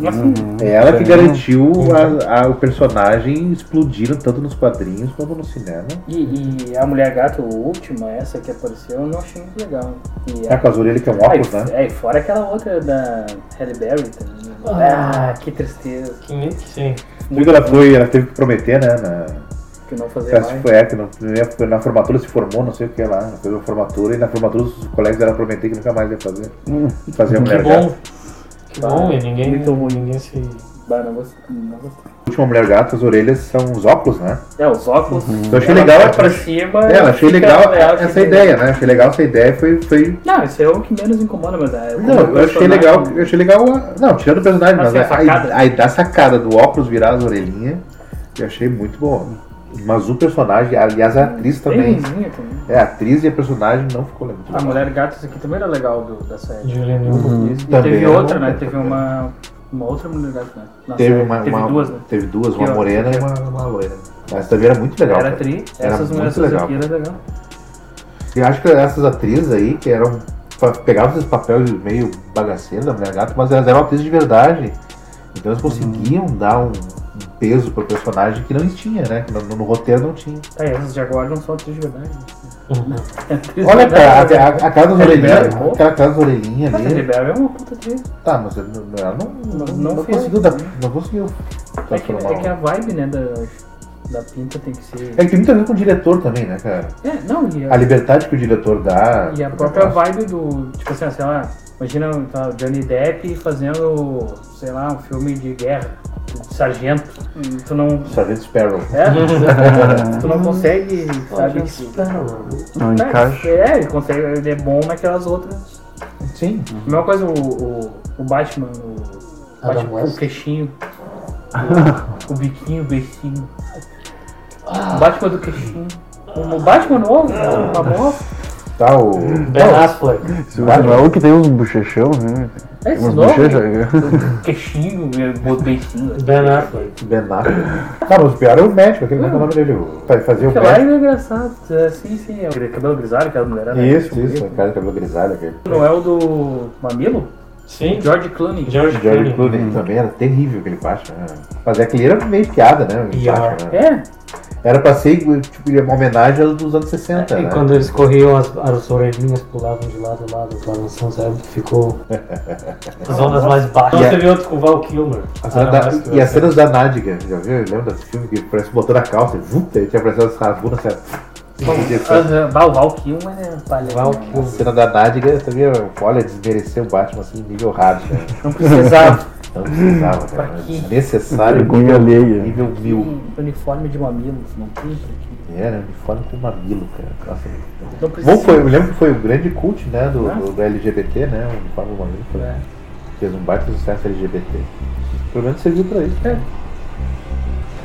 S4: Nossa,
S2: É ela que garantiu a- a- o personagem explodindo tanto nos quadrinhos quanto no cinema.
S4: e, e a mulher gata, o última, essa que apareceu, eu não achei muito legal. E
S2: É com as orelhas que é um
S4: aí,
S2: óculos, né?
S4: é, e fora aquela outra da Halle Berry também. né?
S5: Ah.
S4: Ah, que tristeza.
S5: Que nem- Sim.
S2: Viu que ela foi, ela teve que prometer, né? na-
S4: Que não fazer
S2: Parece
S4: mais.
S2: que foi é, que na, primeira- na formatura se formou, não sei o que lá, fez uma formatura e na formatura os colegas eram prometer que nunca mais ia fazer.
S4: Hum,
S2: Fazer a
S5: Que
S2: mulher gata.
S5: bom. Que bom, e ninguém,
S4: Muito ruim.
S5: ninguém se.
S4: Bah, não gostei, não gostei.
S2: A última mulher gata, as orelhas são os óculos, né?
S4: É, os óculos.
S2: Eu achei
S4: ela
S2: legal
S4: vai
S2: é
S4: pra
S2: pra-
S4: cima.
S2: É, eu achei
S4: fica
S2: legal
S4: legal,
S2: essa
S4: fica-
S2: ideia, né? Achei legal essa ideia foi. foi...
S4: Não, isso é o que menos incomoda, mas é. como
S2: Não, eu achei
S4: personagem-
S2: legal. Eu achei legal. a- Não, tirando o personagem,
S4: Assim,
S2: mas a,
S4: a sacada.
S2: a, a, da sacada do óculos virar as orelhinhas, eu achei muito bom. Mas o personagem, aliás, a atriz
S4: Bem
S2: também.
S4: ruimzinha também.
S2: É, a atriz e a personagem não ficou legal.
S4: A Mulher Gato, isso aqui também era legal do, da série.
S5: Julian
S4: Isso. E
S2: Também
S4: teve
S2: era
S4: outra,
S2: bom,
S4: né?
S2: né?
S4: Teve uma, uma outra Mulher Gato, né? Na
S2: Teve,
S4: série.
S2: uma,
S4: teve
S2: uma-
S4: duas, né?
S2: Teve duas,
S4: Aqui,
S2: uma
S4: ó.
S2: morena e uma, uma loira. Mas também era muito legal.
S4: Era
S2: cara.
S4: tri,
S2: Era
S4: essas
S2: muito
S4: mulheres
S2: legal.
S4: aqui era legal.
S2: Eu acho que essas atrizes aí, que eram. fa- Pegavam esses papéis meio bagaceiros da Mulher Gato, mas elas eram atrizes de verdade. Então
S4: Uhum.
S2: eles conseguiam dar um um peso pro personagem que não tinha, né? Que no, no roteiro não tinha.
S4: Tá, e essas de agora não são atrizes de verdade. né?
S2: Olha, cara, a, a, a cara das
S4: Halle Berry,
S2: orelhinhas.
S4: pô.
S2: Aquela cara das orelhinhas
S4: A Halle
S2: ali.
S4: Berry é uma puta atriz.
S2: Tá, mas ela não, ela não,
S4: Não-
S2: não,
S4: não fez. né?
S2: conseguiu dar. Não conseguiu.
S4: É que,
S2: transformar
S4: é que
S2: um-
S4: a vibe, né, da, da pinta tem que ser...
S2: É que tem muito a ver com o diretor também, né, cara?
S4: É, não, e
S2: A
S4: a,
S2: liberdade que o diretor dá.
S4: e a própria vibe do... Tipo assim, ó, sei lá, imagina tá, o Johnny Depp fazendo, sei lá, um filme de guerra, de sargento. Tu não...
S2: Sargento Sparrow.
S4: É, tu não consegue, sabe?
S5: tá
S3: Não
S4: É,
S3: encaixa.
S4: É, ele consegue, ele é bom naquelas outras...
S2: Sim.
S4: A mesma coisa o, o, o Batman, o,
S5: Adam
S4: Batman,
S5: West.
S4: o queixinho,
S5: Ah.
S4: o, o biquinho, o beicinho. O Batman do queixinho. O Batman novo? Tá bom?
S2: Tá, o.
S5: Ben Affleck.
S3: Esse Batman Hum, é o que tem uns bochechão, né?
S4: É
S3: Tem
S4: esse
S3: umas
S4: novo?
S3: bochechas. É?
S4: Queixinho, é, meu boto peixinho.
S5: Ben Affleck.
S2: Ben Affleck. Não, mas o pior é o médico, aquele como é o nome dele. o- Vai fazer o
S4: Aquela lá é
S2: médico.
S4: meio engraçado. É, sim, sim. É o cabelo grisalho, aquela mulherada. né?
S2: Isso, isso, o cara de cabelo grisalho aquele.
S4: Não é o do Mamilo?
S5: Sim,
S4: George Clooney.
S5: George
S2: George
S5: Clooney.
S2: Clooney também era terrível aquele Batman. né? Mas é que ele era meio piada, né? o
S5: Pior.
S2: Batman, né?
S4: É,
S2: Era pra ser tipo, uma homenagem aos dos anos 60,
S4: É,
S5: E
S2: né?
S5: quando eles corriam, as, as orelhinhas pulavam de lado a lado, balançando, sabe? Ficou as ondas mais baixas.
S2: E
S5: Então
S2: a-
S5: teve outro com o Val Kilmer.
S2: As cenas da- e as cenas da Nádiga, já viu? Lembra desse filme que parece que botou na calça e vup, aí tinha aparecido as rabunas, assim, ó.
S4: Aham, bah, o Val Kilmer é palha.
S5: Val
S2: A
S5: Kilmer.
S2: cena da Nádiga também, olha, desmereceu o Batman assim, nível hard, né?
S4: Não precisava.
S2: Não precisava, cara.
S4: Pra quê?
S2: Necessário,
S3: Vergonha alheia.
S2: nível mil.
S4: Um uniforme de mamilo, não precisa.
S2: Era uniforme com mamilo, cara. Nossa,
S4: Não precisa.
S2: Bom, foi, eu lembro que foi o grande cult, né, do,
S4: É.
S2: do- do LGBT, né, o uniforme mamilo. Foi,
S4: É.
S2: Fez um baita sucesso LGBT. Pelo menos serviu pra isso.
S4: É.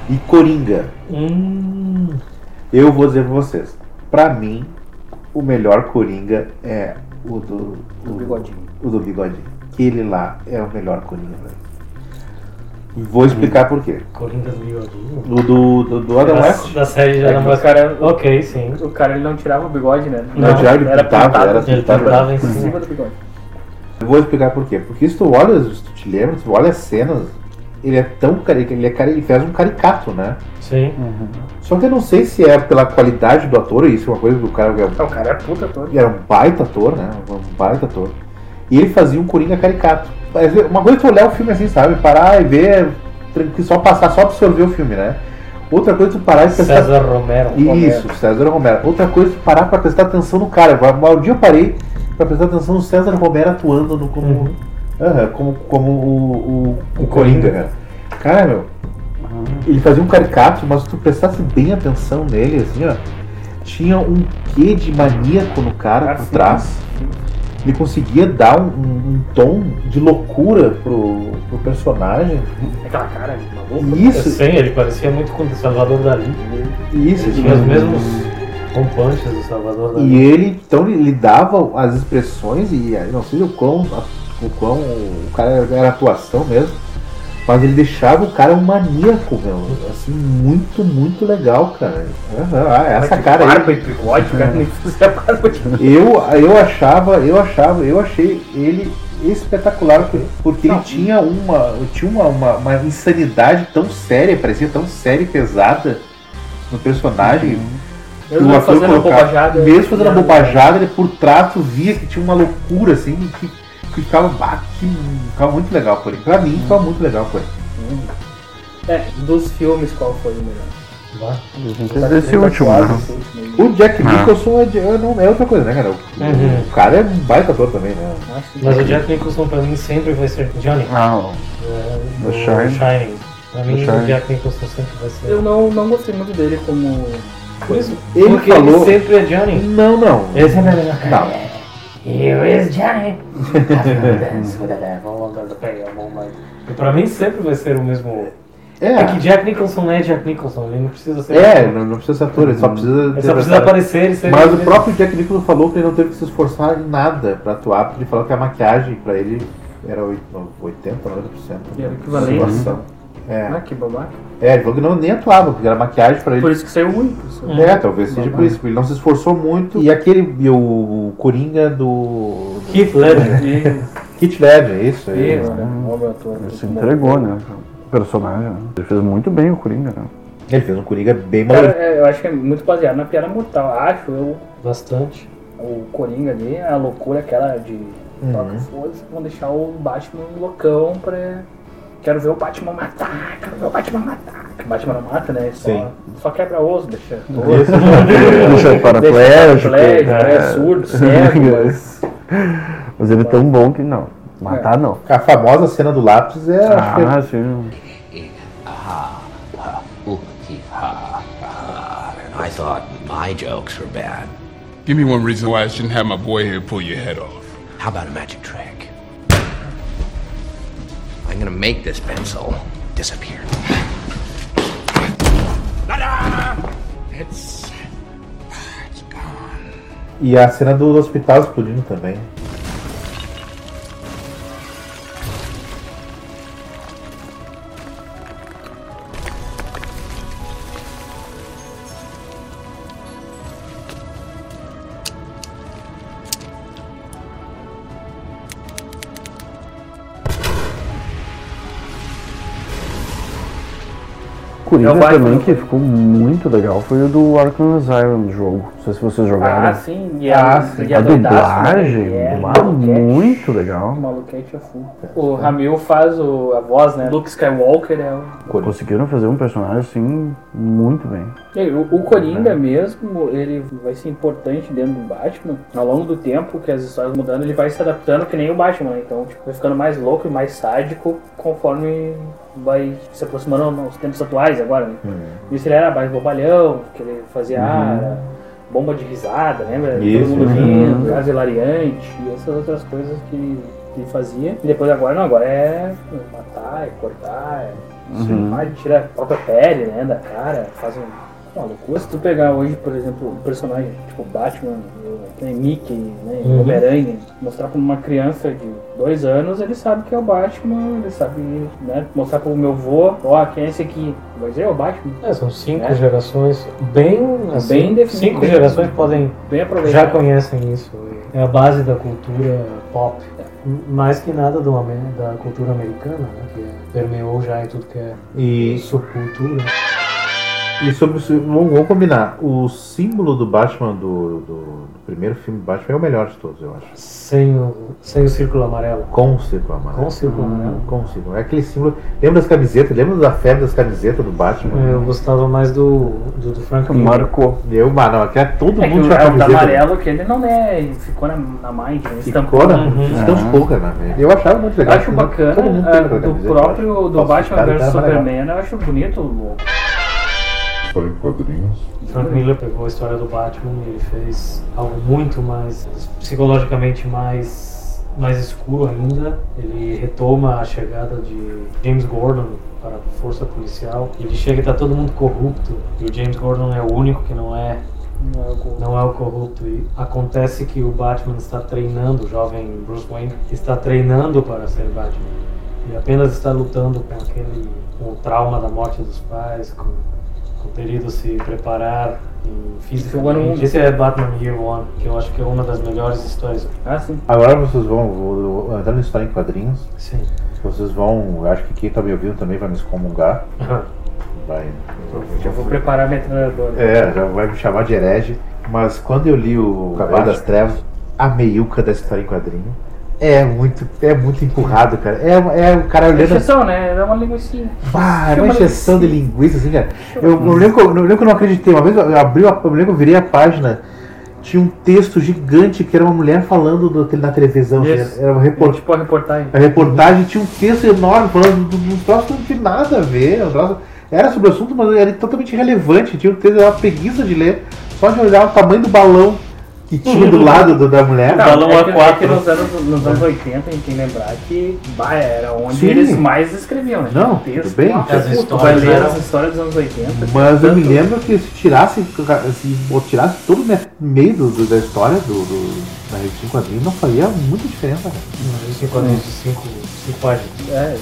S2: E Coringa.
S5: Hum,
S2: Eu vou dizer pra vocês. Pra mim, o melhor Coringa é o do... O
S4: bigodinho.
S2: O do bigodinho. Aquele lá é o melhor Coringa pra mim. Vou
S4: Hum.
S2: explicar por quê.
S5: Coringa do Bigodinho.
S2: O do, do, do Adam West...
S5: Da, da série já
S4: É
S5: era
S4: que
S5: mais...
S4: o cara,
S5: Ok, sim.
S4: o cara ele não tirava o bigode, né?
S2: Não, tirava, ele
S4: era
S2: pintava,
S4: pintado
S2: era
S5: Ele
S2: pintado.
S5: tava em
S4: por
S5: cima.
S4: cima do bigode.
S2: Eu vou explicar por quê. Porque se tu olha, se tu te lembra, se tu olha as cenas, ele é tão cari- ele é cari- ele faz um caricato, né?
S5: Sim.
S2: Só que eu não sei se é pela qualidade do ator, isso é uma coisa que o cara
S4: Ah, o cara é puta todo.
S2: era um baita ator, né? Um baita ator. E ele fazia um Coringa caricato. Mas Uma coisa é tu olhar o filme assim, sabe? Parar e ver, tranquilo, só passar, só absorver o filme, né? Outra coisa é tu parar e pensar.
S5: César Romero.
S2: Isso, César Romero. Outra coisa é parar pra prestar atenção no cara. Um dia eu parei pra prestar atenção no César Romero atuando no, como,
S5: Uhum.
S2: Aham, como, como o, o, o Coringa, né? Cara, meu, ele fazia um caricato, mas se tu prestasse bem atenção nele, assim, ó, tinha um quê de maníaco no cara
S4: Ah,
S2: por
S4: sim.
S2: trás. Ele conseguia dar um, um- um tom de loucura pro, pro personagem.
S4: Aquela cara de maluco.
S2: E isso,
S5: Sim, ele parecia muito com o Salvador Dali.
S2: e isso,
S5: Ele
S2: tinha
S5: tinha os mesmos compunches do Salvador Dali.
S2: E ele, então, ele, ele dava as expressões e eh, não sei o quão, o quão o cara era atuação mesmo, mas ele deixava o cara um maníaco, meu. Assim, muito, muito legal, cara. Aham, ah, essa
S4: de
S2: cara aí.
S4: barba e bigode, o cara
S5: Uhum.
S4: nem fazia barba de
S2: Eu, eu achava, eu achava, eu achei ele espetacular por- porque ele tinha uma, tinha uma, uma, uma insanidade tão séria, parecia tão séria e pesada no personagem.
S4: Eu
S2: O
S4: não
S2: ator
S4: fazendo
S2: colocava-
S4: bobajada.
S2: Mesmo fazendo a
S4: né?
S2: bobajada, ele por trás tu via que tinha uma loucura assim, que, que ficava, bah, que, ficava muito legal por ele. Pra mim, ficava muito legal por ele.
S4: É, dos filmes, qual foi o melhor?
S5: Vá.
S3: Esse último, né? Ah.
S4: Esse último aí.
S2: O Jack Nicholson é, de- é, não, é outra coisa, né, cara? O,
S5: Uhum.
S2: o cara é um baita ator também, né?
S4: Acho
S5: Mas o Jack Nicholson pra mim sempre vai ser Johnny.
S3: Ah, ó. The
S5: do
S3: Shining.
S5: Shining. Pra mim,
S3: The Shining.
S5: o Jack Nicholson sempre vai
S4: que
S5: ser.
S4: eu não, não gostei muito dele como.
S5: Por isso,
S2: Ele
S5: porque
S2: falou-
S5: ele sempre é Johnny.
S2: Não, não.
S5: Esse é melhor.
S2: Não.
S5: Here is Johnny.
S4: É.
S5: E pra mim sempre vai ser o mesmo.
S2: É,
S5: É que Jack Nicholson é Jack Nicholson, ele não precisa ser.
S2: é não, não precisa ser ator, ele só precisa.
S5: ele só
S2: interpretar.
S5: precisa aparecer e ser.
S2: Mas
S5: ele
S2: o próprio Jack Nicholson falou que ele não teve que se esforçar em nada pra atuar, porque ele falou que a maquiagem pra ele era oit- 80%, 90%.
S4: Era equivalente.
S2: Atuação. É.
S4: Ah, que babaca.
S2: É, ele falou que não, nem atuava, porque era maquiagem pra ele.
S4: Por isso que saiu ruim. por isso.
S2: É, talvez seja por isso, porque ele não se esforçou muito. E aquele, e o Coringa do
S5: mesmo. Heath Ledger.
S4: E-
S2: Kit Leve, é isso? É,
S4: e, olha, ó, meu né, ator.
S3: Ele se entregou, né? O personagem, né? Ele fez muito bem o Coringa, né?
S2: Ele fez um Coringa bem
S4: Cara,
S2: maluco.
S4: é, eu acho que é muito baseado na piada mortal. Acho eu,
S5: Bastante.
S4: o Coringa ali, a loucura aquela de toca foda-se, vão deixar o Batman loucão pra. Quero ver o Batman matar, quero ver o Batman matar. O Batman não mata, né? Só,
S2: Sim.
S4: só quebra osso, deixa.
S3: Deixa
S4: Deixa
S3: paraplégico.
S4: paraplégico, é
S3: né?
S4: surdo, cego,
S3: Mas-
S4: é.
S3: Mas ele é tão bom que não. Matar não.
S2: A famosa cena do lápis é. acho que é-
S3: Ah, sim.
S10: I thought my jokes were bad.
S7: Give me one reason why I shouldn't have my boy here pull your head off.
S10: How about a magic trick? I'm gonna make this pencil disappear. Ta-da! It's
S2: E a cena do hospital explodindo também.
S3: Coringa
S4: Meu bairro.
S3: também, que ficou muito legal, foi o do Arkham Asylum do jogo. Não sei se vocês jogaram.
S4: Ah, sim, e a,
S2: Ah, sim.
S4: e
S3: né? A
S4: doidaça, né?
S3: dublagem,
S4: É,
S3: dublagem
S4: maluquete.
S3: muito legal.
S4: Maluquete é full. O Ramil faz o, a voz, né? Luke Skywalker é o
S3: Conseguiram fazer um personagem assim muito bem.
S4: E aí, É, O, o Coringa
S2: Uhum.
S4: mesmo, ele vai ser importante dentro do Batman. Ao longo do tempo que as histórias vão mudando, ele vai se adaptando que nem o Batman. Então, tipo, vai ficando mais louco e mais sádico conforme vai se aproximando aos tempos atuais agora, né?
S2: Uhum.
S4: Isso ele era mais bobalhão, que ele fazia ah, era bomba de risada, lembra?
S2: Isso,
S4: Todo mundo
S2: uhum.
S4: rindo, gás hilariante e essas outras coisas que ele fazia. E depois agora não, agora é matar, é cortar, é
S2: Uhum.
S4: Sim. Tira a própria pele, né, da cara, faz um, uma loucura. Se tu pegar hoje, por exemplo, um personagem tipo Batman, eh, que nem Mickey, né,
S5: Uhum.
S4: Homem-Aranha, mostrar pra uma criança de dois anos, ele sabe que é o Batman, ele sabe, né, mostrar pro meu vô, ó, quem é esse aqui? Vai dizer, é o Batman,
S5: É, são cinco
S4: É.
S5: gerações bem assim,
S4: Bem definidas.
S5: Cinco gerações podem
S4: bem
S5: já
S4: aproveitado.
S5: conhecem isso. É a base da cultura pop. Mais que nada do, ame- da cultura americana, né, que é- permeou já em tudo que é
S2: E,
S5: subcultura.
S2: e sobre isso, vamos, vamos combinar. O símbolo do Batman do, do- do primeiro filme do Batman é o melhor de todos, eu acho.
S5: Sem o, sem o círculo amarelo.
S2: Com o círculo amarelo.
S5: Com o círculo amarelo.
S2: Com o círculo. É aquele símbolo. Lembra das camisetas? Lembra da febre das camisetas do Batman?
S5: Eu gostava mais do, do, do Frank Miller.
S3: Marcou.
S2: Eu, mano, aqui é todo
S4: É que
S2: mundo
S4: o
S2: tinha
S4: é o da
S2: camiseta.
S4: amarelo que ele não é, ele ficou na, na mind, né, estampou
S2: Ficou, né?
S4: na-
S2: Ficou de pouca, né? velho? Eu achava muito
S4: Eu
S2: legal.
S4: acho bacana,
S2: Todo mundo tem
S4: ah,
S2: aquela
S4: do
S2: camiseta, eu acho.
S4: próprio, do
S2: Nossa,
S4: Batman
S2: cara,
S4: vs
S2: tava legal.
S4: Superman, eu acho bonito o logo.
S1: Fala em quadrinhos.
S5: Frank Miller pegou a história do Batman e ele fez algo muito mais psicologicamente mais mais escuro ainda. Ele retoma a chegada de James Gordon para a força policial. Ele chega e tá todo mundo corrupto e o James Gordon é o único que não é
S4: Não é o-
S5: não é o corrupto. E acontece que o Batman está treinando, o jovem Bruce Wayne está treinando para ser Batman. Ele apenas está lutando com aquele com o trauma da morte dos pais, com, com ter ido se preparar em
S4: Jogando um-
S5: fisicamente. Esse é Batman Year One, que eu acho que é uma das melhores histórias.
S4: Ah, sim.
S2: Agora vocês vão, vou, vou, entrando em história em quadrinhos,
S5: Sim.
S2: vocês vão, eu acho que quem tá me ouvindo também vai me excomungar, vai,
S4: Já vou preparar a metralhadora.
S2: é, já vai me chamar de herege, mas quando eu li o Cavaleiro das Trevas, a meiuca da história em quadrinho é muito, é muito empurrado, cara, é, é o cara
S4: É
S2: olhando,
S4: exceção, né? É uma linguicinha.
S2: bah, é
S4: Chama
S2: uma
S4: de
S2: injeção de linguiça, assim, cara,
S4: é
S2: eu, eu lembro que eu, eu lembro que eu não acreditei, uma vez eu, eu abri, a- eu lembro que eu virei a página, tinha um texto gigante que era uma mulher falando do- na televisão,
S4: Isso.
S2: era um repórter.
S4: Tipo a reportagem.
S2: A reportagem tinha um texto enorme falando de um troço que não tinha nada a ver. um troço- Era sobre o assunto, mas era totalmente irrelevante. Tinha um texto, era uma preguiça de ler, só de olhar o tamanho do balão que tinha do lado do- da mulher.
S4: Uhum. Não,
S5: Balão
S4: é que-
S5: A4.
S4: é que nos anos, nos anos 80, a gente tem que lembrar que bah, era onde
S2: Sim.
S4: eles mais escreviam, né?
S2: Não,
S4: O texto,
S2: tudo bem.
S4: ah,
S5: As
S4: tu
S5: histórias
S4: vai ler
S5: eram-
S4: as histórias dos anos 80.
S2: Mas eu me lembro que se tirasse, se tirasse todo o me- meio do- do- da história do, do, da revista em quadrinhos, não faria muita diferença. né? Cara.
S5: Isso em quadrinhos de cinco, cinco páginas.
S4: É,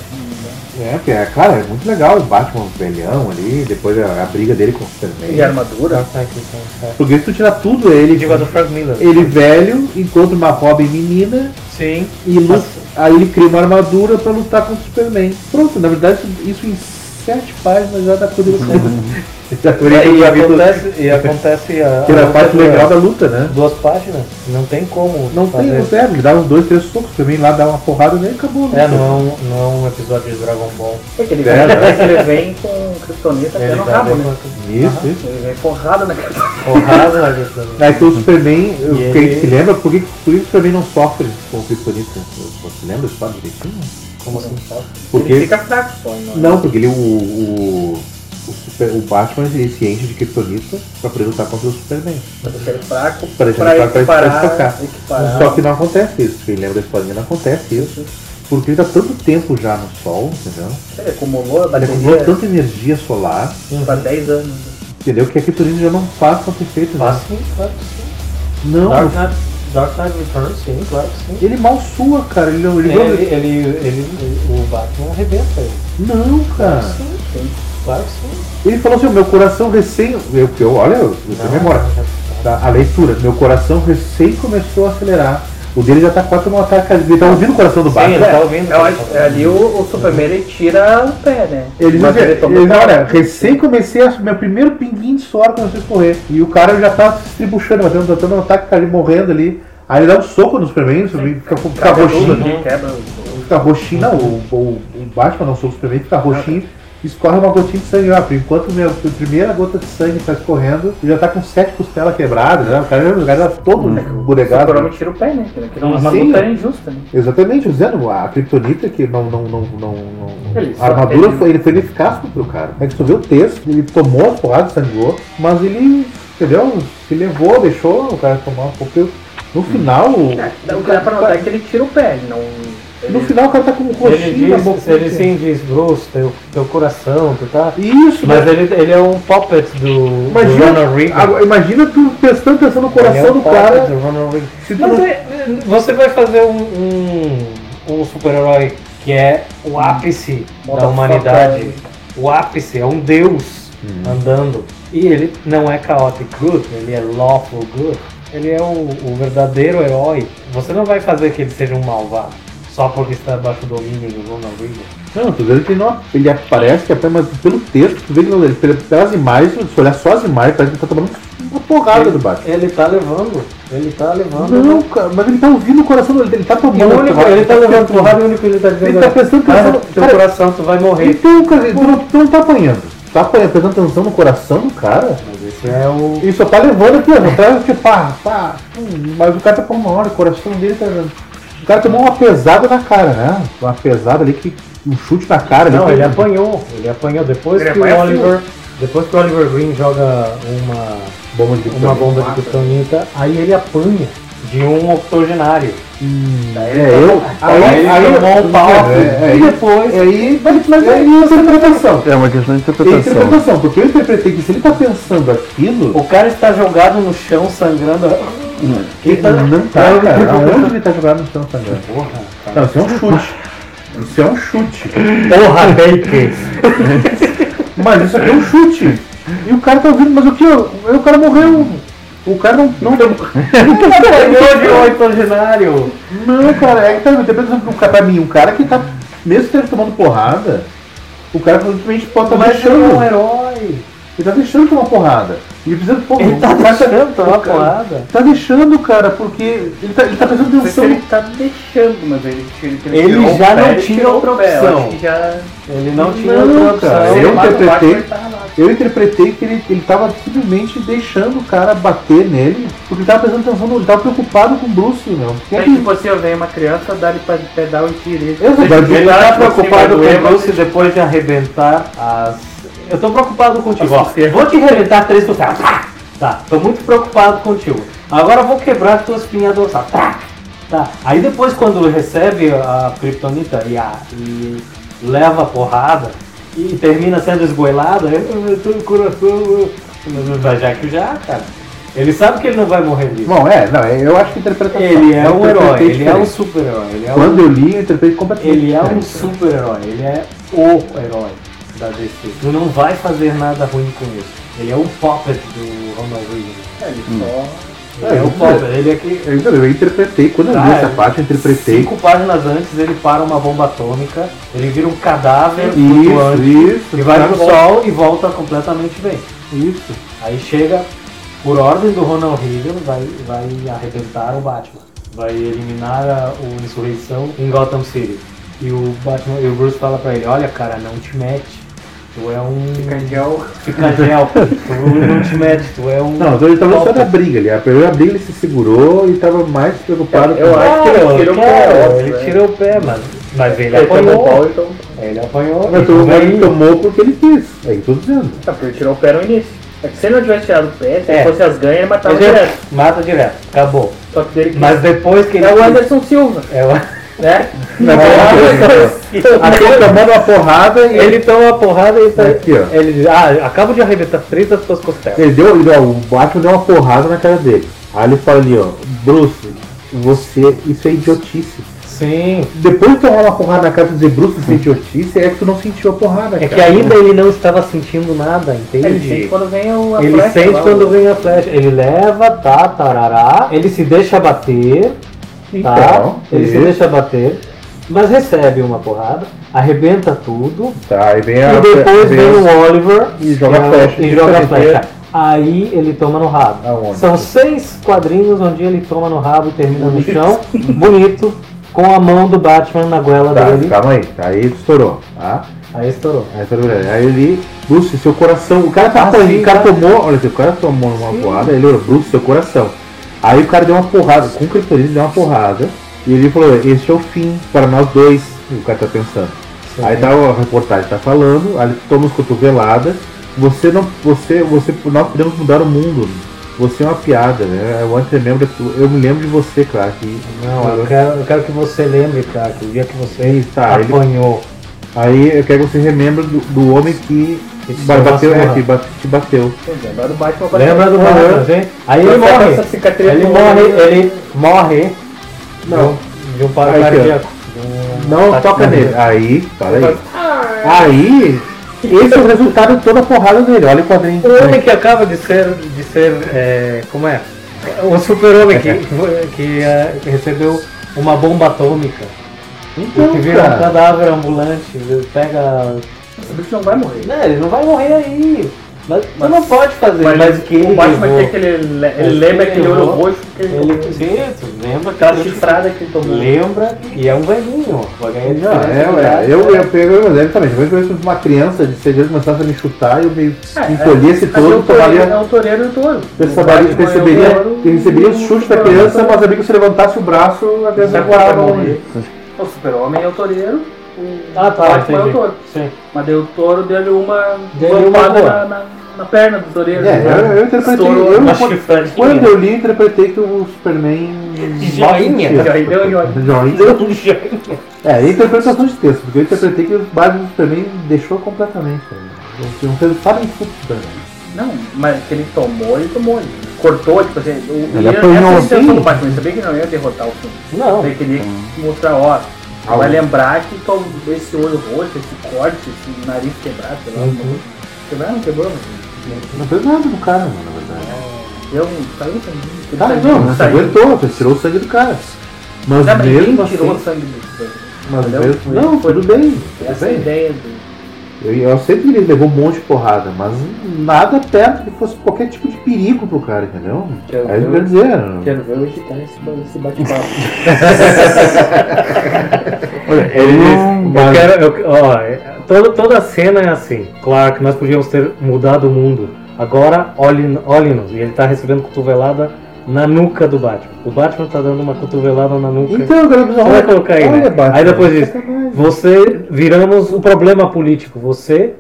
S2: É, porque, é, claro, é muito legal o Batman velhão ali, depois a, a briga dele com o Superman.
S4: e
S2: Tá.
S4: armadura.
S5: tá?
S2: Porque se tu tirar tudo ele,
S5: Digo a do Frank Miller.
S2: ele velho, encontra uma Robin menina
S5: Sim.
S2: E lu- aí ele cria uma armadura pra lutar contra o Superman. Pronto, na verdade isso em sete páginas já dá poder Já teria
S5: E
S2: capítulo-
S5: acontece, e acontece a,
S2: que era a
S5: a
S2: parte
S5: outra-
S2: legal da luta, né?
S5: Duas páginas, não tem como.
S2: Não tem,
S5: fazer.
S2: não tem, ele dá uns dois, três socos, o Superman lá dá uma porrada nele e acabou. né?
S5: É, não é, um, não é um episódio de Dragon Ball.
S4: É que ele
S2: É,
S4: vem, ele vem com
S2: Tá
S4: criptonita até
S5: Ele
S4: no
S5: vai
S4: rabo,
S5: bem
S4: né?
S2: Isso, isso.
S4: Ele vem porrada na
S5: Porrada na Kryptonita.
S2: Aí tem o Superman, eu-
S5: E
S2: quem
S5: ele-
S2: se lembra, por que, por que o Superman não sofre com o Kryptonita? Você lembra isso sabe direitinho?
S5: Como assim?
S2: Porque
S4: Ele fica fraco só, não é?
S2: Não, porque ele, o, o, o, super- o Batman ele se enche de kryptonita pra poder lutar contra o Superman.
S4: Pra deixar ele fraco,
S2: Pra
S4: pra
S2: deixar ele fraco, pra
S4: equiparar,
S2: estocar.
S4: equiparar.
S2: Só que não acontece isso. Quem lembra da historinha não acontece isso. Porque ele tá tanto tempo já no sol, entendeu?
S4: Ele acumulou,
S2: Ele
S4: bateria
S2: acumulou tanta energia solar,
S4: pra 10 anos.
S2: entendeu? Que a kryptonita já não faz quanto efeito. né?
S5: Fácil, fácil.
S2: Não.
S5: Tá Dark Knight, Dark Knight Returns, sim, claro que sim.
S2: Ele mal sua, cara. Ele não. Ele,
S5: É, Ele, ele, ele, ele- o Batman arrebenta ele.
S2: Não, cara.
S5: Sim, sim. Claro que sim.
S2: Ele falou assim: meu coração recém. Eu, eu, olha, eu eu tenho memória. Tá, a leitura. Meu coração recém começou a acelerar. O dele já tá quase no ataque. Ele tá ouvindo o coração do Batman.
S5: ele tá ouvindo.
S11: Eu
S2: é
S11: acho- ali o, o Superman ele tira o pé, né?
S2: Ele diz,
S11: Mas ele toma
S2: ele,
S11: o pé.
S2: olha, recém comecei a meu primeiro pinguinho de suor quando eu correr. E o cara já tá se estribuchando, batendo, dando um ataque, tá ali morrendo ali. Aí ele dá um soco no Superman, o Superman fica, fica
S11: Cadê o
S2: roxinho.
S11: Hulk? Quebra o-
S2: Fica roxinho, não, o, o, o Batman não, o Superman fica roxinho, escorre uma gotinha de sangue lá. Por Enquanto minha, a primeira gota de sangue tá escorrendo, ele já tá com sete costelas quebradas, né? O cara, o cara tá todo
S5: Hum,
S11: O
S2: buregado.
S11: Superman tira o pé, né? cara? Que não é uma
S2: Sim.
S11: luta injusta, né?
S2: Exatamente, usando a Kryptonita, que não. não, não, não, não-
S11: Ele só-
S2: a armadura
S11: ele-
S2: foi, ele foi ineficaz contra o cara. É que tu vê o texto, ele tomou as porradas, sangrou, mas ele, entendeu? Se levou, deixou o cara tomar um pouco. No final.
S5: Hum.
S11: É, O que dá pra notar é que ele tira o pé, ele não.
S2: No final o cara tá com um
S5: Ele
S2: coxinho na boca.
S5: diz, ele sim diz, Bruce, teu, teu coração, tu tá.
S2: Isso,
S5: Mas
S2: mas-
S5: ele, ele é um puppet do, do Ronald
S2: Imagina,
S5: Reagan.
S2: agora, imagina tu prestando atenção no coração
S5: Ele é um
S2: do
S5: puppet
S2: cara.
S5: do Ronald Reagan.
S2: Se tu
S5: Mas
S2: não-
S5: é- você vai fazer um, um, um super-herói que é o ápice da
S11: Motherfucker.
S5: humanidade. O ápice é um deus
S2: Hum.
S5: andando. E ele não é chaotic good, ele é lawful good. Ele é o, o verdadeiro herói. Você não vai fazer que ele seja um malvado só porque está abaixo do domínio do Ronald Reagan.
S2: Não, tu vê que ele não. Ele aparece, que até, mas pelo texto, tu vê que não, ele, pelas imagens, se olhar só as imagens, parece que ele tá tomando uma porrada do Batman.
S5: Ele tá levando, ele tá levando.
S2: Não, cara, mas ele tá ouvindo o coração dele, ele tá
S5: E
S2: tomando.
S5: o único,
S2: porrada,
S5: ele tá levando
S2: pensando-
S5: porrada e o único que ele tá dizendo
S2: Ele tá
S5: é,
S2: prestando
S5: "Cara,
S2: atenção,
S5: teu
S2: cara."
S5: coração, tu vai morrer.
S2: Então, cara, tu não, tu não tá apanhando. Tá apanhando, prestando atenção no coração do cara.
S5: Esse é o.
S2: Ele só tá levando aqui, ó. Não tá tipo, pá, pá. hum, Mas o cara tá com uma hora, o coração dele tá. O cara tomou uma pesada na cara, né? Uma pesada ali que. Um chute na cara. ali
S5: Não,
S2: que-
S5: ele apanhou. Ele apanhou depois
S11: Ele
S5: que o
S11: apanha
S5: Oliver. Depois que o Oliver Green joga uma,
S2: Bomba de
S5: uma bomba de criptonita, aí ele apanha de um octogenário.
S2: É, eu.
S5: Aí, ele tomou um pau
S2: É, é,
S5: e
S2: é,
S5: depois.
S2: Aí, mas, mas aí é interpretação.
S3: É uma questão de
S2: É
S3: interpretação.
S2: interpretação, porque eu interpretei que se ele tá pensando aquilo,
S5: O cara está jogado no chão, sangrando.
S2: ele
S5: tá-
S2: não tá, cara. Aonde ele tá jogando no chão também? Não, isso é um chute. Isso é um chute.
S5: Porra, Baker!
S2: Mas isso aqui é um chute. E o cara tá ouvindo, mas o que? O o cara morreu. O cara não. Não,
S5: Apanhou de um octogenário!
S2: não cara, é que tá interpretando pra um cara- pra mim, um cara que tá, mesmo tendo tomando porrada, o cara simplesmente pode tá
S5: Mas ele é um
S2: deixando.
S5: herói!
S2: Ele tá deixando tomar porrada. Ele precisa de porra.
S5: Ele tá
S2: o cara
S5: deixando tomar
S2: o cara-
S5: porrada.
S2: Tá deixando, cara, porque ele tá, ele tá prestando
S11: Não sei se
S2: atenção.
S11: ele tá deixando, mas ele tira ele
S5: Ele
S11: tirou o
S5: já
S11: pé,
S5: não
S11: ele
S5: tinha
S11: tirou o
S5: outra
S11: pé, eu acho
S5: opção.
S11: que já-
S5: Ele não tinha outra
S2: Não,
S5: opção.
S2: cara,
S11: Ele
S2: eu
S11: mata o Batman,
S2: interpretei.
S11: ele tava lá.
S2: Eu interpretei que ele, ele tava simplesmente deixando o cara bater nele, porque ele tava prestando atenção, no- ele tava preocupado com o Bruce, meu. Porque
S11: É tipo assim, eu venho uma criança, dá-lhe pra pedal e direito.
S2: Eu sou
S11: Ele
S5: Ele tá
S11: tá
S5: preocupado
S11: acima
S5: com
S11: do
S5: o
S11: Eva.
S5: Bruce depois de arrebentar as. Eu tô preocupado contigo, ó.
S11: As cercas.
S5: Vou te arrebentar três do cara. Tá, tá. Tô muito preocupado contigo. Agora eu vou quebrar as tuas espinhas dorsal. Tá, tá. Aí depois quando recebe a Kryptonita e, a- e leva a porrada e termina sendo esgoelado, aí, "Ah, eu tô no coração. ah." Vai já que já, cara. Ele sabe que ele não vai morrer disso.
S2: Bom, é, não, é- eu acho que a interpretação.
S5: Ele é
S2: eu
S5: um
S2: interpretei
S5: herói, ele é um
S2: diferente.
S5: super-herói, ele é um
S2: Quando eu li, eu interpretei completamente.
S5: ele é um
S2: diferente.
S5: super-herói, ele é o herói da DC. Tu não vai fazer nada ruim com ele. Ele é o puppet do Ronald Reagan. Ele é o puppet, ele é que.
S2: Eu, eu interpretei, quando eu li
S5: Ah,
S2: essa
S5: é.
S2: parte, eu interpretei.
S5: Cinco páginas antes ele para uma bomba atômica, ele vira um cadáver
S2: Isso,
S5: flutuante
S2: isso.
S5: e vai pro
S2: cara,
S5: sol e volta completamente bem.
S2: Isso.
S5: Aí chega, por ordem do Ronald Reagan, vai, vai arrebentar o Batman. Vai eliminar a o insurreição em Gotham City. E o Batman e o Bruce fala pra ele, olha cara, não te mete. Tu é um. Fica gel. Fica gel. tu não te mete, tu é um.
S2: Não, então ele tava só
S5: Top.
S2: na briga ali. A primeira briga ele se segurou e tava mais
S5: É,
S2: preocupado
S11: Eu
S2: com-
S11: acho que ele tirou o pé,
S5: Claro,
S11: óbvio,
S5: Ele
S11: né?
S5: tirou o pé, mas, mas ele
S11: Ele tomou o
S5: apanhou.
S11: pau, então.
S5: Ele apanhou.
S2: Mas
S5: ele
S2: todo
S5: vai-
S2: mundo tomou porque ele quis. É isso que eu tô dizendo.
S11: Tá, porque ele tirou o pé no início. É que se ele não tivesse tirado o pé, se
S5: É.
S11: ele fosse as ganhas, ele matava
S5: Ele
S11: direto.
S5: mata direto. Acabou.
S11: Só que dele
S5: Mas depois que ele.
S11: É o Anderson Silva,
S5: É o-
S11: né?
S5: é
S2: Não, Até tomando uma porrada e
S5: Ele toma uma porrada e tá...
S2: Aqui, ó.
S5: ele diz, ah, acabo de arrebentar três das tuas costelas.
S2: Ele deu, ele deu, o Batman deu uma porrada na cara dele. Aí ele fala ali, ó, Bruce, você. Isso é idiotice.
S12: Sim.
S2: Depois que eu rolo a porrada na cara e dizer Bruce, isso é idiotice, é que tu não sentiu a porrada,
S5: É
S2: cara.
S5: que ainda ele não estava sentindo nada, entende?
S2: Ele sente
S4: quando vem o- a
S5: Ele
S4: flecha
S5: sente
S4: lá,
S5: quando
S4: o-
S5: vem a flecha. Ele leva, tá, tarará. Ele se deixa bater, tá?
S2: Então,
S5: Ele se
S2: isso.
S5: deixa bater. Mas recebe uma porrada, arrebenta tudo.
S2: Tá, aí vem a.
S5: E depois vem o Oliver
S2: E joga
S5: que é o-
S2: flecha.
S5: E joga
S2: Isso é
S5: flecha.
S2: porque-
S5: Aí ele toma no rabo.
S2: Aonde?
S5: São seis quadrinhos onde ele toma no rabo e termina no chão, bonito, com a mão do Batman na goela
S2: Tá,
S5: dele.
S2: calma aí. Aí estourou, tá?
S5: Aí estourou.
S2: Aí estourou. Aí ele. Bruce, seu coração. O cara tá
S5: Ah,
S2: apanhando,
S5: sim,
S2: O cara
S5: tá.
S2: tomou. Olha, o cara tomou uma porrada, ele olhou, Bruce, seu coração. Aí o cara deu uma porrada, com o criptonita ele deu uma porrada. E ele falou, esse é o fim para nós dois. E o cara tá pensando. Aí tá a reportagem tá falando, aí ele toma os cotoveladas. Você não. Você. Você. Nós podemos mudar o mundo. Você é uma piada, né? Eu antes lembro, eu me lembro de você, cara. Que,
S5: Não, eu quero, eu quero que você lembre, cara, que o dia que você
S2: Aí tá, ele-
S5: apanhou.
S2: Aí eu quero que você remembre do, do homem que ba-
S5: deu
S2: bateu,
S5: uma
S2: é,
S5: surra.
S2: que bate- te bateu.
S4: Lembra do Batman
S5: Lembra do
S4: Batman.
S5: Batman, hein? Aí ele
S4: Mas
S5: morre.
S4: essa cicatriz
S5: Ele
S4: no-
S5: morre, ele morre.
S2: Não.
S5: De um- De um paro
S2: Aí, aqui, ó.
S5: cardíaco.
S2: Não, Então,
S4: Tá
S2: toca nele. Aí, para aí. Aí, esse é o resultado de toda a porrada dele. Olha o quadrinho.
S5: O homem que acaba de ser. De ser é, como é? O super-homem que, que é, que recebeu uma bomba atômica.
S2: Então,
S5: que vira
S2: cara.
S5: um cadáver ambulante, ele pega.
S4: Esse bicho não vai morrer.
S5: Não, ele não vai morrer aí. Mas, mas não pode fazer. Mas, que
S4: o
S5: ele
S4: Batman
S5: levou.
S4: quer que ele, le- ele
S5: Mas
S4: lembra
S5: que
S4: aquele
S5: ele
S4: olho
S5: levou.
S4: roxo que ele, Tá
S5: Ele, sim, tu lembra
S4: aquela
S5: que ele-
S4: chifrada que ele tomou.
S5: Lembra e é um velhinho. Vai ganhar de né?
S2: Não, é, é, eu, eu pego eu lembro também. Depois que eu fosse uma criança de seis anos começasse a me chutar, eu me encolhesse
S4: Mas é
S2: todo,
S4: o toureiro-
S2: tomaria.
S4: É o toureiro do touro.
S2: Perceberia,
S4: Batman é o
S2: perceberia,
S4: touro do-
S2: receberia o chute da
S4: do-
S2: criança, mas sabia que se levantasse o braço, a criança
S4: Sabe
S2: voava
S4: como é
S2: longe.
S4: O super-homem é o toureiro. O
S5: Ah, tá,
S4: Batman é o
S5: entendi.
S4: touro.
S5: Sim.
S4: Mas deu o touro, deu-lhe uma
S5: Deu-lhe uma
S4: lampada
S5: boa.
S4: na, na, na perna do toureiro.
S2: É, eu, eu interpretei.
S4: Estourou
S2: eu-
S4: uma
S2: quando-
S4: chifradinha.
S2: quando eu li, interpretei que o Superman.
S5: Joinha.
S4: Joinha, deu joinha.
S2: Joinha.
S5: Deu um jeito.
S2: É, é interpretação de texto, porque eu interpretei que o Batman do Superman deixou completamente. né? Não- Não fez nada em tudo do Superman.
S4: Não, mas que ele tomou, ele tomou. Ele cortou, tipo assim, o,
S2: Ele
S4: ele
S2: apanhou
S4: essa é a intenção
S2: assim?
S4: do Batman, ele sabia que não ia derrotar o filme.
S5: Não.
S4: Ele queria mostrar, ó, vai lembrar que tom, esse olho roxo, esse corte, esse nariz quebrado, sei lá, uhum. quebrado, não quebrou, mas
S2: Não fez nada do cara, mano, na verdade.
S5: É,
S4: deu um. Saiu sangue.
S5: tá
S2: Cara, Tá, não, não se aguentou, você tirou o sangue do cara. Mas
S4: Não, mas
S2: mesmo
S4: ninguém
S2: assim,
S4: tirou o sangue do
S2: mas
S4: entendeu?
S2: mesmo, não, tudo bem, tudo
S4: Essa é a
S2: bem.
S4: ideia do.
S2: Eu, eu sei que ele levou um monte de porrada, mas nada perto que fosse qualquer tipo de perigo pro cara, entendeu? É
S4: Quero
S2: Aí
S4: ver
S2: não
S4: o-
S2: quer dizer.
S4: Quero ver eu editar esse, esse bate-papo.
S5: Ele, eu quero, eu, ó, é- toda, toda a cena é assim. Clark, nós podíamos ter mudado o mundo. Agora, olhe- olhe-nos. E ele tá recebendo cotovelada na nuca do Batman. O Batman tá dando uma cotovelada na nuca.
S2: Então, eu quero
S5: Você vai
S2: olha,
S5: colocar aí, né?
S2: olha, Batman.
S5: Aí depois diz, você viramos o problema político. Você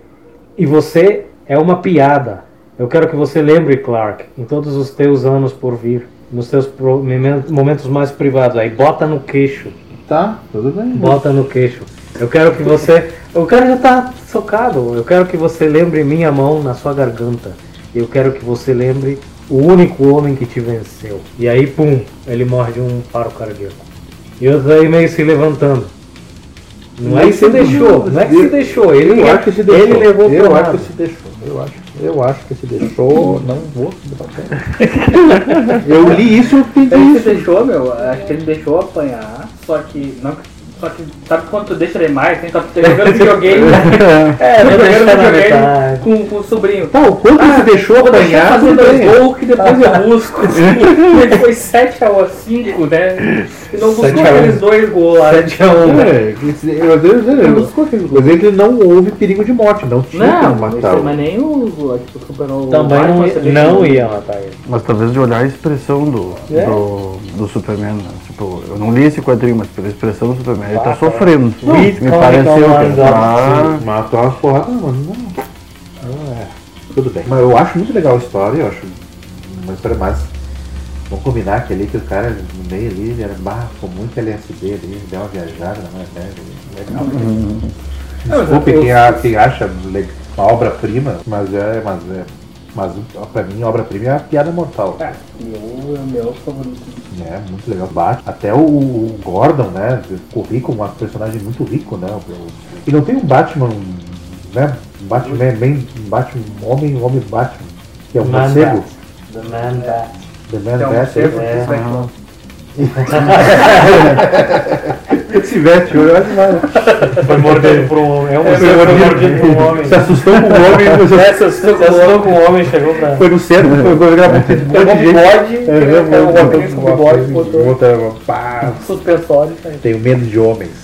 S5: e você é uma piada. Eu quero que você lembre, Clark, em todos os teus anos por vir, nos teus pro- momen- momentos mais privados. Aí bota no queixo.
S2: Tá, tudo bem.
S5: Bota no queixo. Eu quero que você. O cara já tá socado. Eu quero que você lembre minha mão na sua garganta. Eu quero que você lembre o único homem que te venceu. E aí, pum, ele morre de um paro cardíaco. E outro aí meio se levantando. Não é que se deixou, não é que se deixou. Ele,
S2: Eu acho que se deixou.
S5: ele levou pro
S2: Eu acho
S5: lado.
S2: que se deixou. Eu acho. Eu acho que se deixou. Não vou se debater. Eu li isso, eu
S4: Ele
S2: entendi
S4: se
S2: isso.
S4: deixou, meu, acho que ele deixou apanhar, só que. Não, só que sabe quando tu deixa demais, tem que tá jogando videogame.
S5: É,
S4: Tá
S5: vou
S4: jogando
S5: deixar na
S4: videogame
S5: metade.
S4: com, com o sobrinho.
S2: Tá, o quanto ele se deixou
S4: Vou deixar
S2: apanhar,
S4: fazer
S2: tudo
S4: dois
S2: bem.
S4: gols que depois eu busco. assim. Ele foi 7x5, né? E não buscou
S5: 7 a 1.
S4: aqueles dois gols lá.
S5: 7 a 1.
S2: É, esse- eu devo dizer, eu busco aquilo. Mas ele não houve perigo de morte, não é tinha
S4: Não,
S2: como matar.
S4: mas nem o, o, o Super o
S5: Também não,
S4: Batman,
S5: ia-
S4: você vê que
S5: não ia matar ele.
S3: Mas talvez de olhar a expressão do,
S4: É?
S3: do, do Superman, né? Tipo, eu não li esse quadrinho, mas pela expressão do Superman, ele tá sofrendo.
S5: Não,
S3: me
S4: então,
S5: calma,
S3: pareceu,
S5: calma,
S3: cara.
S5: calma.
S3: Tá-
S2: Ah, Matou uma porrada, não, mas não. não é. Tudo bem. Mas eu acho muito legal a história, eu acho uma história mais. Vamos combinar que ali que o cara no meio ali ele era barra com muito LSD ali, deu uma viajada na maionese. Legal. Desculpe quem, a- quem acha le- uma obra-prima, mas é, mas é. Mas ó, pra mim, a obra-prima é a piada mortal.
S4: É, meu, é o meu favorito.
S2: É, muito legal. Bate. Até o, o Gordon, né? Ficou rico, um personagem muito rico, né? E não tem um Batman, né? Um Batman, man, um Batman homem, um homem Batman. Que é um
S11: Man
S2: morcego.
S11: The Man Bat.
S2: The Man
S11: Que é um
S2: Bat.
S11: morcego que se veste
S2: Ele se veste hoje, olha demais.
S5: Foi mordido por um homem. É um morcego que
S2: foi
S5: foi
S2: mordido por um homem. Se assustou com um homem.
S5: É, se assustou com um homem, chegou pra-
S2: Foi no centro, foi programado.
S5: Pegou um bode,
S2: é,
S5: pegou um homem com
S2: um
S5: bode,
S2: botou.
S5: botou.
S2: Botou, pá,
S4: Suspensório, cara.
S2: Tenho medo de homens.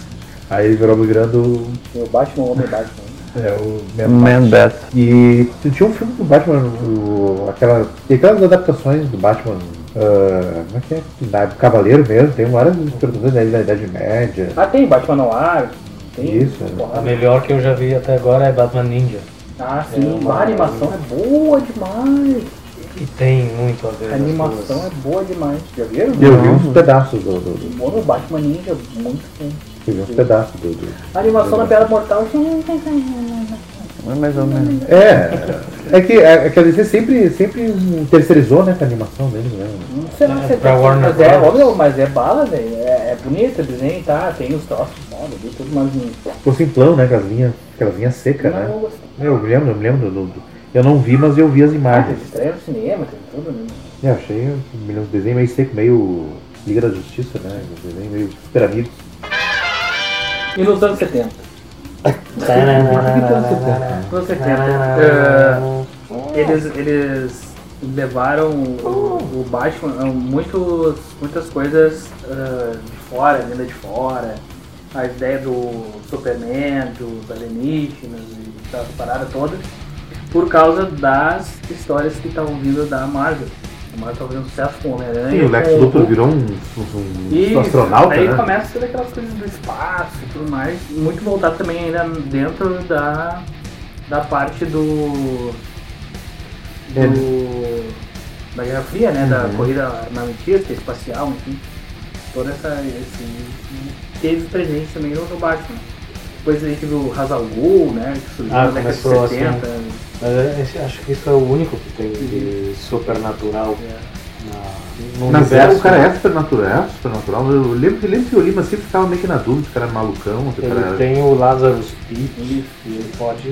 S2: Aí ele virou migrando
S4: Eu Batman, homem Batman.
S2: É, o
S3: Man
S2: Bat. E tu tinha um filme do Batman, o, aquela, tem aquelas adaptações do Batman, ah, como é que é? Da- Cavaleiro mesmo, tem várias introduções da da Idade Média.
S4: Ah, tem Batman no ar. Tem.
S2: Isso, né?
S4: Porra.
S5: A melhor que eu já vi até agora é Batman Ninja.
S4: Ah, sim.
S5: É, uma-
S4: a animação é boa demais.
S5: E tem muito a ver.
S4: A animação é boa demais. Já viram?
S2: E eu vi uns pedaços do, do, do-
S4: Bom, no Batman Ninja, muito bom.
S2: eu vi uns pedaços do, do-
S4: A animação na Piada Mortal. assim, hum,
S3: Mais ou menos.
S2: É, é que, é, que a DC sempre, sempre terceirizou, né, com a animação deles, né?
S4: Não sei lá se é
S2: pra Warner
S4: mas é,
S2: Bros.
S4: ó, meu, mas é bala, velho. É, é bonito o desenho, tá? Tem os troços moda, ali, tudo mais. um-
S2: Ficou simplão, né, aquelas linhas, aquelas linhas secas,
S4: Não, eu
S2: né?
S4: gostei.
S2: Eu me lembro, eu me lembro do, do- eu não vi, mas eu vi as imagens.
S4: Estreia no cinema, tem tudo, né?
S2: É, achei um milhão de desenho meio seco, meio Liga da Justiça, né? Um desenho meio super amigos.
S4: E nos anos 70? é
S5: Tá, né,
S4: Nos anos 70. eh, eles, eles levaram o, o Batman, eh, muitos, muitas coisas eh, de fora, vinda de fora. A ideia do Superman, dos alienígenas e das paradas todas, por causa das histórias que estavam vindo da Marvel. A Marvel estava fazendo sucesso com o Homem-Aranha.
S2: Sim, o Lex
S4: com
S2: Luthor virou um, um- um
S4: É, isso,
S2: astronauta,
S4: daí
S2: né?
S4: começa todas aquelas coisas do espaço e tudo mais. e Muito voltado também ainda dentro da, da parte do. do- da Guerra Fria, né? Da
S11: Uhum.
S4: corrida armamentista, espacial, enfim. Toda essa. Esse, teve presente também no, no Batman. Depois a gente viu o Hazal Gul, né? Que surgiu
S5: Ah,
S4: na década de
S5: começou
S4: 70.
S5: assim. Mas é- esse- acho que isso é o único que tem de sobrenatural
S4: É.
S5: na, no
S2: Mas é,
S5: universo.
S2: o cara é supernatural, é supernatural. Eu lembro, que- lembro que eu li, mas sempre ficava meio que na dúvida se o cara é malucão, se o cara
S5: Ele
S2: era...
S5: tem o Lazarus Pit e ele pode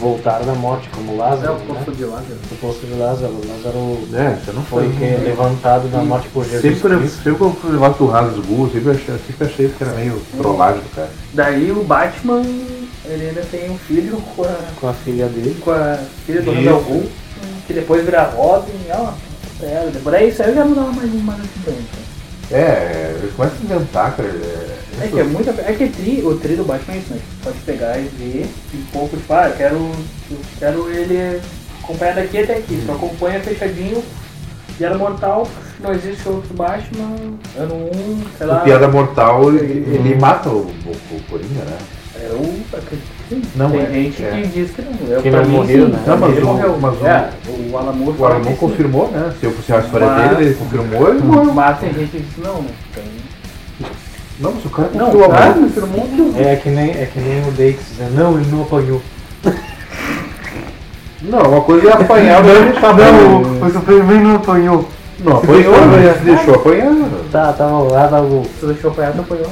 S5: voltar da morte como Lázaro. né?
S4: É o poço de Lázaro.
S5: O poço de Lázaro. Lázaro
S2: É, você não
S5: foi
S2: foi-
S5: que é levantado da morte por Jesus.
S2: Sempre, quando eu-
S5: Cristo.
S2: sempre quando eu fui levado pro raso do Google, sempre achei, sempre achei que era meio
S4: É.
S2: trollagem do cara.
S4: Daí o Batman, ele ainda tem um filho com a.
S5: Com a filha dele.
S4: com a filha do
S5: Isso.
S4: Randall Bull, que depois vira Robin, ó, pera, depois é isso aí eu já mudava mais um mais assim dentro.
S2: É, ele começa a inventar, cara. ele É,
S4: É que é muita. É que tri, o tri do Batman é isso, né? Você pode pegar e ver um pouco de ah, eu quero. Eu quero ele acompanhar daqui até aqui.
S5: Uhum.
S4: Só acompanha fechadinho. Piada Mortal, não existe outro Batman, ano 1, sei lá.
S2: O Piada Mortal, ele, ele mata o, o, o Coringa, né?
S4: Eu É, acredito que sim.
S2: Não,
S4: Tem
S2: é-
S4: gente
S2: é.
S4: que diz que não. Eu,
S2: Que
S4: pra
S2: não
S4: mim,
S2: morreu,
S4: sim.
S2: né? Não, mas
S4: ele
S2: o-
S4: morreu.
S2: mas o-
S4: é, o Alan Moore
S2: O Alan
S4: fala
S2: Moore
S4: que sim.
S2: confirmou, né? Se eu fosse a história
S4: Mas-
S2: dele, ele confirmou e morreu.
S4: Mas tem gente que diz não, né? Tem-
S2: Não, mas o cara
S4: Não,
S2: confirmou.
S4: cara, confirmou que eu vi.
S5: É que nem, é que nem o Deix dizendo, não, ele não apanhou.
S2: Não, uma coisa é apanhar, mas tá bom.
S5: o Superman não apanhou. né?
S2: Não, apanhou, mas deixou apanhar.
S5: Tá, tá bom, lá tá bom.
S4: Tu deixou apanhar, tu apanhou.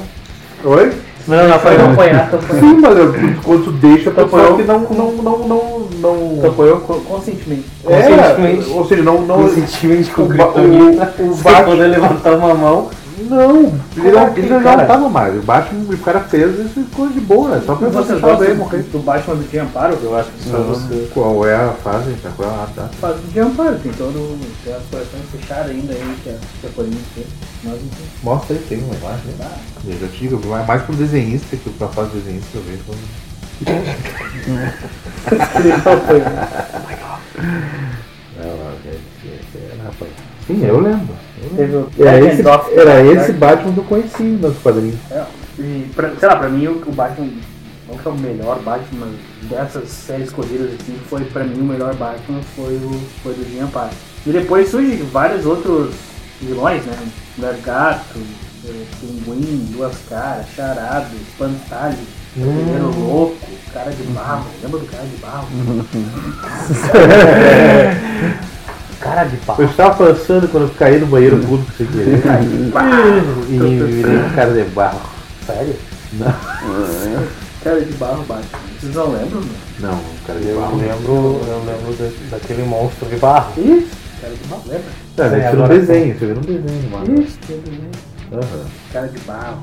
S2: Oi?
S5: Não, não apanhou.
S2: né?
S4: Não apanhar, tu apanhou.
S2: Sim, mas eu- quando tu deixa, tu
S4: Apanhou.
S2: sabe que não, não, não, não, não...
S4: Tu apanhou co- conscientemente.
S2: É, ou seja, não... não
S5: Conscientemente com
S2: o, ba-
S5: gritonita.
S2: o, o
S5: sem
S2: Batman...
S5: poder levantar uma mão.
S2: Não, ele não,
S5: que,
S2: ele não
S5: cara?
S2: tava mais. O Batman, o cara fez isso e ficou de boa. é Só pra você
S4: Vocês
S2: saber
S4: gostam
S2: morrer.
S4: do- do Batman do Jim Amparo? Eu acho que
S5: Só você.
S2: Qual é a fase? tá? Qual é a data?
S4: faz do Jim Amparo. Tem todo... um, Tem as coleções fechadas ainda aí, que é que é um por isso que... Mas enfim.
S2: Mostra aí, tem uma imagem. Eu já te digo, vai mais pro desenhista que pra fase do desenhista eu vejo. quando- Sim, eu lembro.
S4: Teve o
S2: Era
S4: Jack né?
S2: esse,
S4: and Doc-
S2: era esse Batman que eu conheci nos quadrinhos.
S4: É, E, pra, sei lá, pra mim o, o Batman, não que é o melhor Batman dessas séries corridas assim, foi pra mim o melhor Batman foi o foi do Jim Amparo. E depois surgem vários outros vilões, né? Gargato, é, eh, Pinguim, Duas Caras, Charado, Espantalho, Primeiro Louco. Cara de barro. Lembra do cara de barro?
S11: Cara de pau.
S2: Eu estava pensando quando eu caí no banheiro público sem querer. caí, pá, e virei um cara de barro.
S4: Sério?
S2: Não.
S4: Cara de barro, Batman. Vocês não lembram, mano?
S2: Não, um cara de
S11: Eu
S2: barro.
S11: lembro, eu lembro da- daquele monstro de barro.
S4: Isso. Cara de barro, lembra?
S2: Tá, deve
S11: É,
S2: ser um
S11: agora-
S2: desenho, você viu um desenho, mano.
S4: Isso, tem desenho.
S2: Aham.
S4: Cara de barro.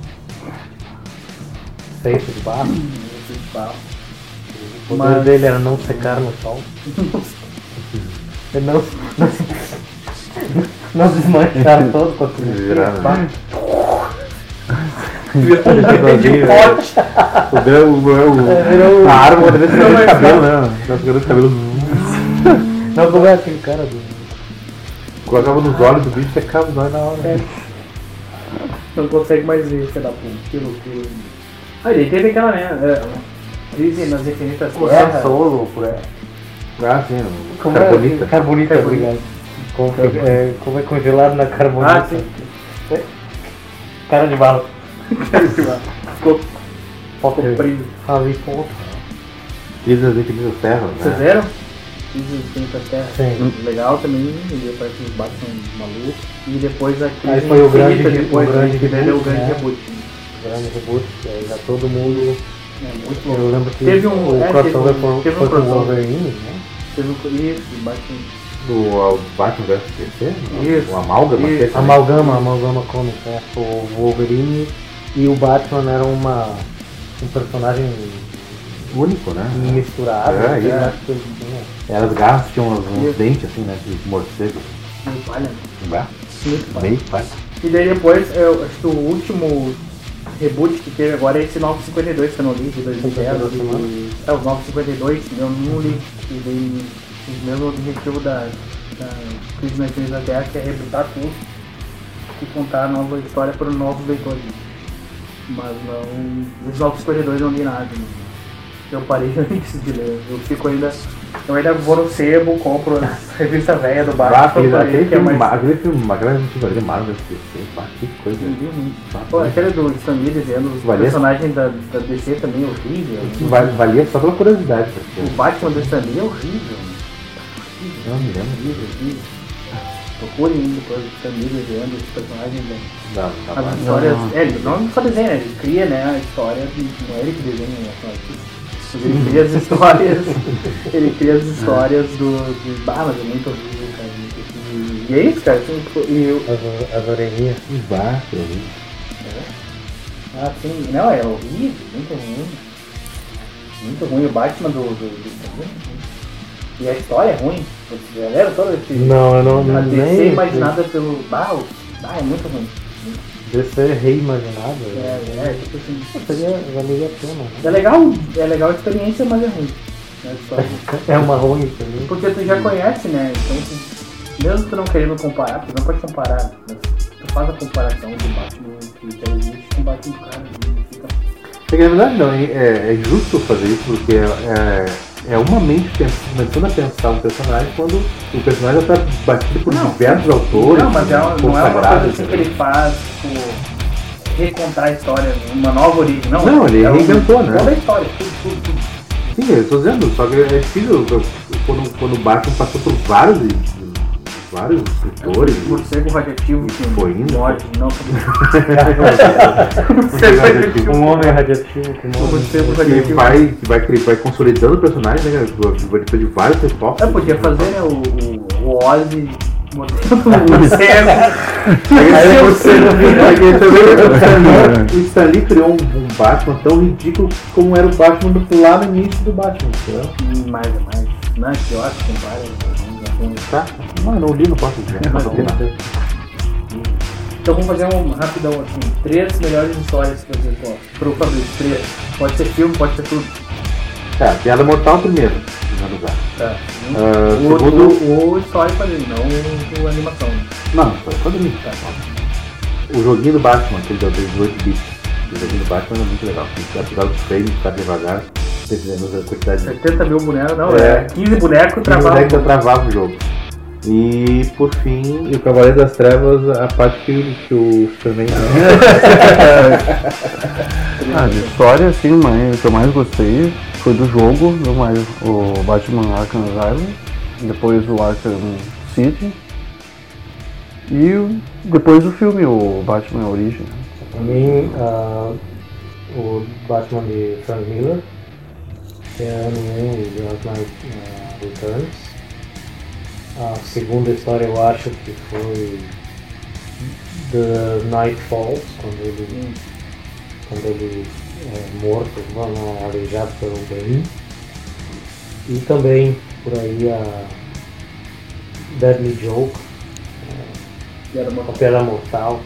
S11: Feito de barro.
S4: Cara de
S2: Hum,
S4: barro.
S11: O poder dele era não secar no sol. Ele não, não, não desmanchar todo com aquele
S2: Virar, né?
S11: de pote.
S2: O grão, o
S11: Virou
S2: grão,
S11: um-
S2: a árvore deve ser
S11: Não,
S2: grande
S11: mas-
S2: cabelo, né? Nossa, grande cabelo.
S11: Não, como é aquele cara do...
S2: Colocava nos olhos do bicho e secava os olhos na hora.
S4: Não consegue mais ver, filho da puta. Que loucura. Ah, ele teve aquela, né? é, Crise nas infinitas
S11: É,
S4: terras.
S11: Solo, por aí.
S2: Ah, sim, mano.
S11: Como é?
S2: Carbonita.
S11: Carbonita, obrigado. Como é, como é congelado na carbonita. É?
S4: Ah, sim.
S11: Cara de barro.
S4: Ficou
S11: Foco
S4: comprido.
S11: Harry Potter.
S2: Crise das infinitas terras, né?
S4: Vocês viram? Crise nas infinitas terras.
S11: Sim.
S4: Legal também. E a parte dos Batman um maluco. E depois a crise
S11: Aí foi o grande,
S4: infinita,
S11: re-
S4: depois
S11: o grande
S4: que
S11: reboot.
S4: deu o grande
S11: né?
S4: reboot.
S11: grande reboot, que aí já todo mundo.
S4: É muito louco.
S11: Eu lembro que
S4: Teve um-
S11: o
S4: é,
S11: crossover
S4: teve um-
S11: foi,
S4: teve um
S11: foi com o
S4: crossover.
S11: Wolverine, né?
S4: Teve um isso, Batman.
S2: Do ah, o Batman vs DC? né?
S4: Isso.
S2: O amálgama.
S4: Isso.
S2: que é também.
S11: Amalgama, Amalgama Comics, né? O Wolverine e o Batman eram uma, um personagem
S2: Único, né?
S11: misturado.
S2: É,
S11: né?
S2: é.
S11: Eu acho que ele tinha-
S2: Elas garras tinham uns, uns dentes assim, né? De morcego.
S4: Meu pai, né?
S2: Né?
S4: Muito pai.
S2: Meio pai.
S4: E daí depois, eu acho que o último reboot que teve agora é esse 952 que eu não li, de 2010. e- É, o 952, eu não li. E daí, o mesmo objetivo da, da Crise na Crise da Terra, que é rebootar tudo e contar a nova história para um novo leitor. Mas não. Os 952 eu não li nada. né? Eu parei antes de ler. Eu fico ainda. Eu ainda vou no sebo, compro a revista velha do
S2: Bah,
S4: Batman.
S2: aquele,
S4: eu parei,
S2: aquele,
S4: que é
S2: filme,
S4: mais-
S2: aquele filme, aquela antiga Marvel vs DC, bah, que coisa. né?
S4: Pô, aquele do Stan Lee desenhando os
S2: Valia-
S4: personagens da, da DC também é horrível.
S2: Isso vale- valia só pela curiosidade, porque
S4: O Batman do Stan Lee é horrível.
S2: eu não me lembro
S4: Horrível, horrível. Procurem depois o Stan Lee desenhando os personagens da,
S2: da, da
S4: né? as
S2: Marvel.
S4: histórias. É, ele não só desenha, né? ele cria né, a história, não é ele que desenha né, a história. Mas ele cria as histórias. ele cria as histórias do. do bah, mas é muito horrível, cara. muito horrível. E é isso, cara. assim, tipo, E eu,
S11: As, as orelhinhas.
S2: Bah, que horrível.
S4: Ah, sim. Não, é horrível, muito ruim. Muito ruim o Batman do. do, do... E a história é ruim. Vocês já leram todo esse.
S11: Não, eu não.
S4: A DC
S11: nem
S4: imaginada pelo Barro. Ah, é muito ruim.
S11: DC reimaginado.
S4: É,
S11: né?
S4: é, tipo assim.
S11: Seria valeria a pena. né?
S4: É legal, é legal a experiência, mas é ruim. É só-
S11: É uma ruim também.
S4: Porque tu já conhece, né? Então, tu- mesmo tu não querendo comparar, porque não pode comparar, mas tu faz a comparação do Batman que existe com o Batman do cara. né? e Fica...
S2: Porque na verdade não, é, é justo fazer isso, porque é, é uma mente pens- começando a pensar um personagem quando o personagem já está batido por diversos autores, né?
S4: Não, mas é uma- não é uma coisa
S2: consagrados.
S4: assim que
S2: entendeu?
S4: ele faz, tipo, recontar a história, uma nova origem, não.
S2: Não, ele
S4: é um-
S2: reinventou, né?
S4: Toda a história, tudo, tudo, tudo.
S2: Sim, eu tô dizendo, só que é difícil. eu- Quando, quando o Batman passou por vários, vários escritores,
S4: Morcego radioativo que
S2: Foi indo.
S4: morde, não.
S11: Um homem radioativo que morre.
S4: Morcego
S2: que
S4: radioativo.
S2: vai, que vai, cri- vai consolidando o personagem, né? Vai depois de vários
S4: Eu
S2: hipóteses.
S4: podia fazer, né, o, o, o Ozzy mordendo o morcego.
S2: Aí é você aí ele também- o Stan Lee criou um, um Batman tão ridículo como era o Batman do, lá no início do Batman, entendeu?
S4: Hum, mais, mais. Não, é pior que né, compara. não, não, não.
S2: Tá? Não, eu não li, não posso dizer. Não, não, não.
S4: Então vamos fazer um rapidão assim, três melhores histórias que você gosta. Pro Fabrício, três. Pode ser filme, pode ser tudo.
S2: Tá, Piada Mortal primeiro, em primeiro lugar.
S4: Tá.
S2: Ah,
S4: o,
S2: segundo-
S4: o, o histórico ali, não o, o animação.
S2: Não, foi quando me tá, O joguinho do Batman, aquele da 18 bits. O joguinho do Batman é muito legal. porque Apesar dos frames ficar devagar, dependendo da quantidade de
S4: 70 mil bonecos, não,
S2: É.
S4: é, 15 bonecos
S2: O
S4: travado.
S2: moleque eu travava o jogo. E por fim, o Cavaleiro das Trevas, a parte que, que o Superman.
S3: Ah, de história, assim, o mais- o que eu mais gostei foi do jogo, do mais, o Batman Arkham Asylum, depois o Arkham City e o- depois o filme, o Batman Origem.
S5: Pra mim, ah, o Batman de Frank Miller, é a minha e Dark Knight ah, Returns. A segunda história eu acho que foi The Night Falls, quando ele, quando ele é morto, vamos aleijado pelo bem. E também por aí a Deadly Joke,
S4: Piada Mortal.
S5: a Piada Mortal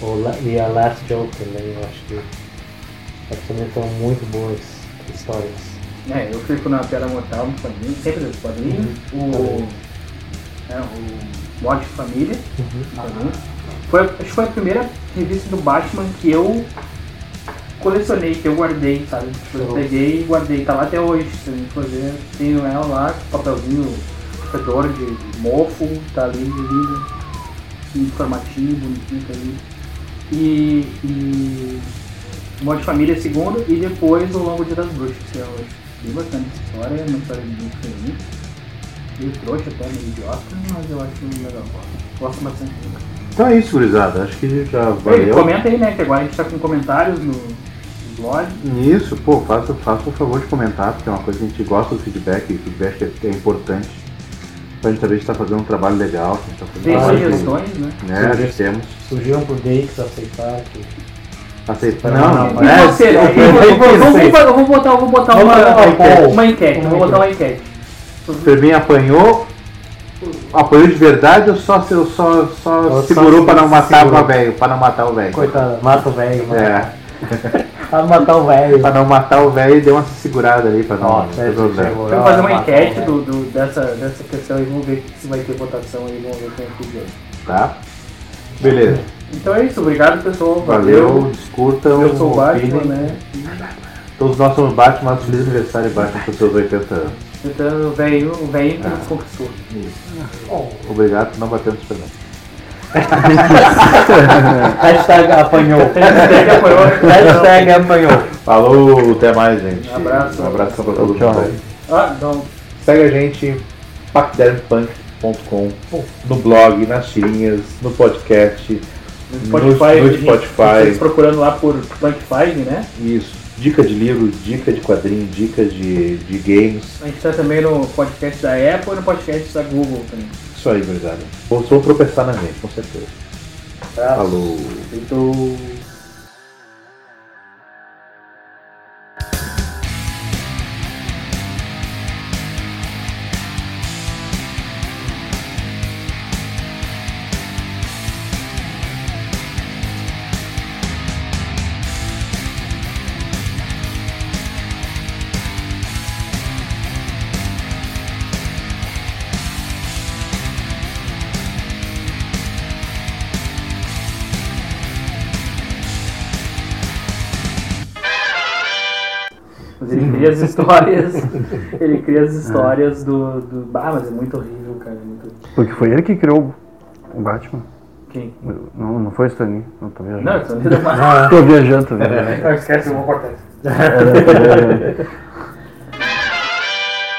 S5: ou La- e a Last Joke também, eu acho que elas também são muito boas histórias.
S4: É, eu fico na Piada Mortal no quadrinho, sempre dos quadrinhos. O. É, o Mod Família. no quadrinho. Foi, acho que foi a primeira revista do Batman que eu colecionei, que eu guardei, sabe? Tipo, eu
S5: Show.
S4: peguei e guardei, tá lá até hoje, se a gente fazer, tenho ela lá, com papelzinho fedor de mofo, tá ali, linda, informativo, bonitinho, tá ali. E, e Morte de Família é segundo e depois o Longo Dia das Bruxas, que é hoje. Bem bacana essa história, é uma história muito diferente. Meio trouxa até, meio idiota, mas eu acho legal. Gosto bastante.
S2: então é isso, gurizada. Acho que já
S4: Ei,
S2: valeu.
S4: comenta aí, né, que agora a gente tá com comentários no no blog.
S2: Isso, pô, faça, faça o favor de comentar, porque é uma coisa que a gente gosta do feedback, e o feedback é, é importante. Pra gente saber se tá fazendo um trabalho legal, se a gente tá fazendo
S4: Tem
S2: algo que-
S4: sugestões, né?
S2: Né, nós temos.
S5: Surgiram um por dates aceitar que.
S2: Aceitar.
S5: Não,
S4: Tem
S2: É,
S4: parceiro, aí, eu vou- vou- vou- vou- Eu vou botar, eu vou botar
S2: Vamos
S4: uma,
S2: botar uma
S4: uma,
S2: enquete.
S4: uma enquete. eu Vou botar uma enquete.
S2: O Superman apanhou. Apanhou de verdade ou só, só, só, só
S5: Ou só
S2: segurou pra não matar
S5: segurou.
S2: o velho? Pra não matar o velho.
S5: Coitado, mata o velho, mano.
S2: É.
S5: Pra matar o velho.
S2: pra não matar o velho e deu uma segurada ali pra não
S5: Nossa,
S2: ter
S5: esse
S2: problema.
S5: chegou.
S4: Eu vou fazer
S2: Ah,
S4: uma
S2: tá.
S4: enquete do, do- dessa, dessa questão e vamos ver se vai ter votação aí, vamos ver quem é que ganha.
S2: Tá? Beleza.
S4: Então é isso, obrigado pessoal.
S2: Valeu, discutam.
S4: Eu sou o Batman,
S2: opinem.
S4: né?
S2: Todos nós somos Batman, mas feliz aniversário é Batman com seus 80 anos.
S4: Então o velho, o velho que nos conquistou.
S2: Obrigado por não bater no Superman.
S5: Hashtag apanhou.
S4: Hashtag apanhou.
S5: Hashtag apanhou.
S2: Falou, até mais, gente.
S4: Um abraço.
S2: Um abração pra todo mundo. aí.
S4: Ah, não.
S2: Segue a gente pacdermpunk.com no blog, nas tirinhas, no podcast,
S4: No
S2: no
S4: Spotify,
S2: no
S4: a gente-
S2: Spotify.
S4: vocês procurando lá por Punk Five, né?
S2: Isso. Dica de livro, dica de quadrinho, dica de, de games.
S4: A gente tá também no podcast da Apple e no podcast da Google também.
S2: Isso aí, gurizada. Vou só tropeçar na gente, com certeza. Falou.
S4: Então... Mas ele cria as histórias. ele cria
S2: Ah.
S4: as histórias do, do. Bah, mas é muito horrível, cara. é Muito...
S3: Porque foi ele que criou o Batman.
S4: Quem?
S3: Não, não foi o Stanley, não tô viajando.
S4: Não, Stan Lee não é.
S3: Tô viajando, tô viajando.
S4: esquece, eu vou cortar isso.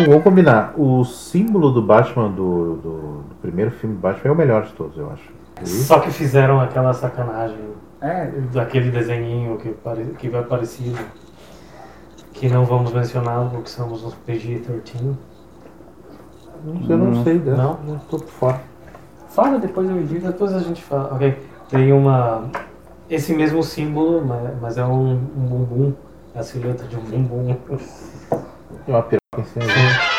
S2: Vamos combinar. O símbolo do Batman do, do- do primeiro filme do Batman é o melhor de todos, eu acho.
S5: Só que fizeram aquela sacanagem
S4: É.
S5: daquele desenhinho que, pare... que vai parecido. Que não vamos mencionar porque somos uns PG-13.
S2: Eu não sei dessa.
S5: Não?
S2: Não tô por fora.
S4: Fala depois eu me digo.
S5: Depois a gente fala. Ok. Tem uma. Esse mesmo símbolo, ma- mas é um, um bumbum. É a silhueta de um bumbum.
S2: Tem uma piroca em cima. dele.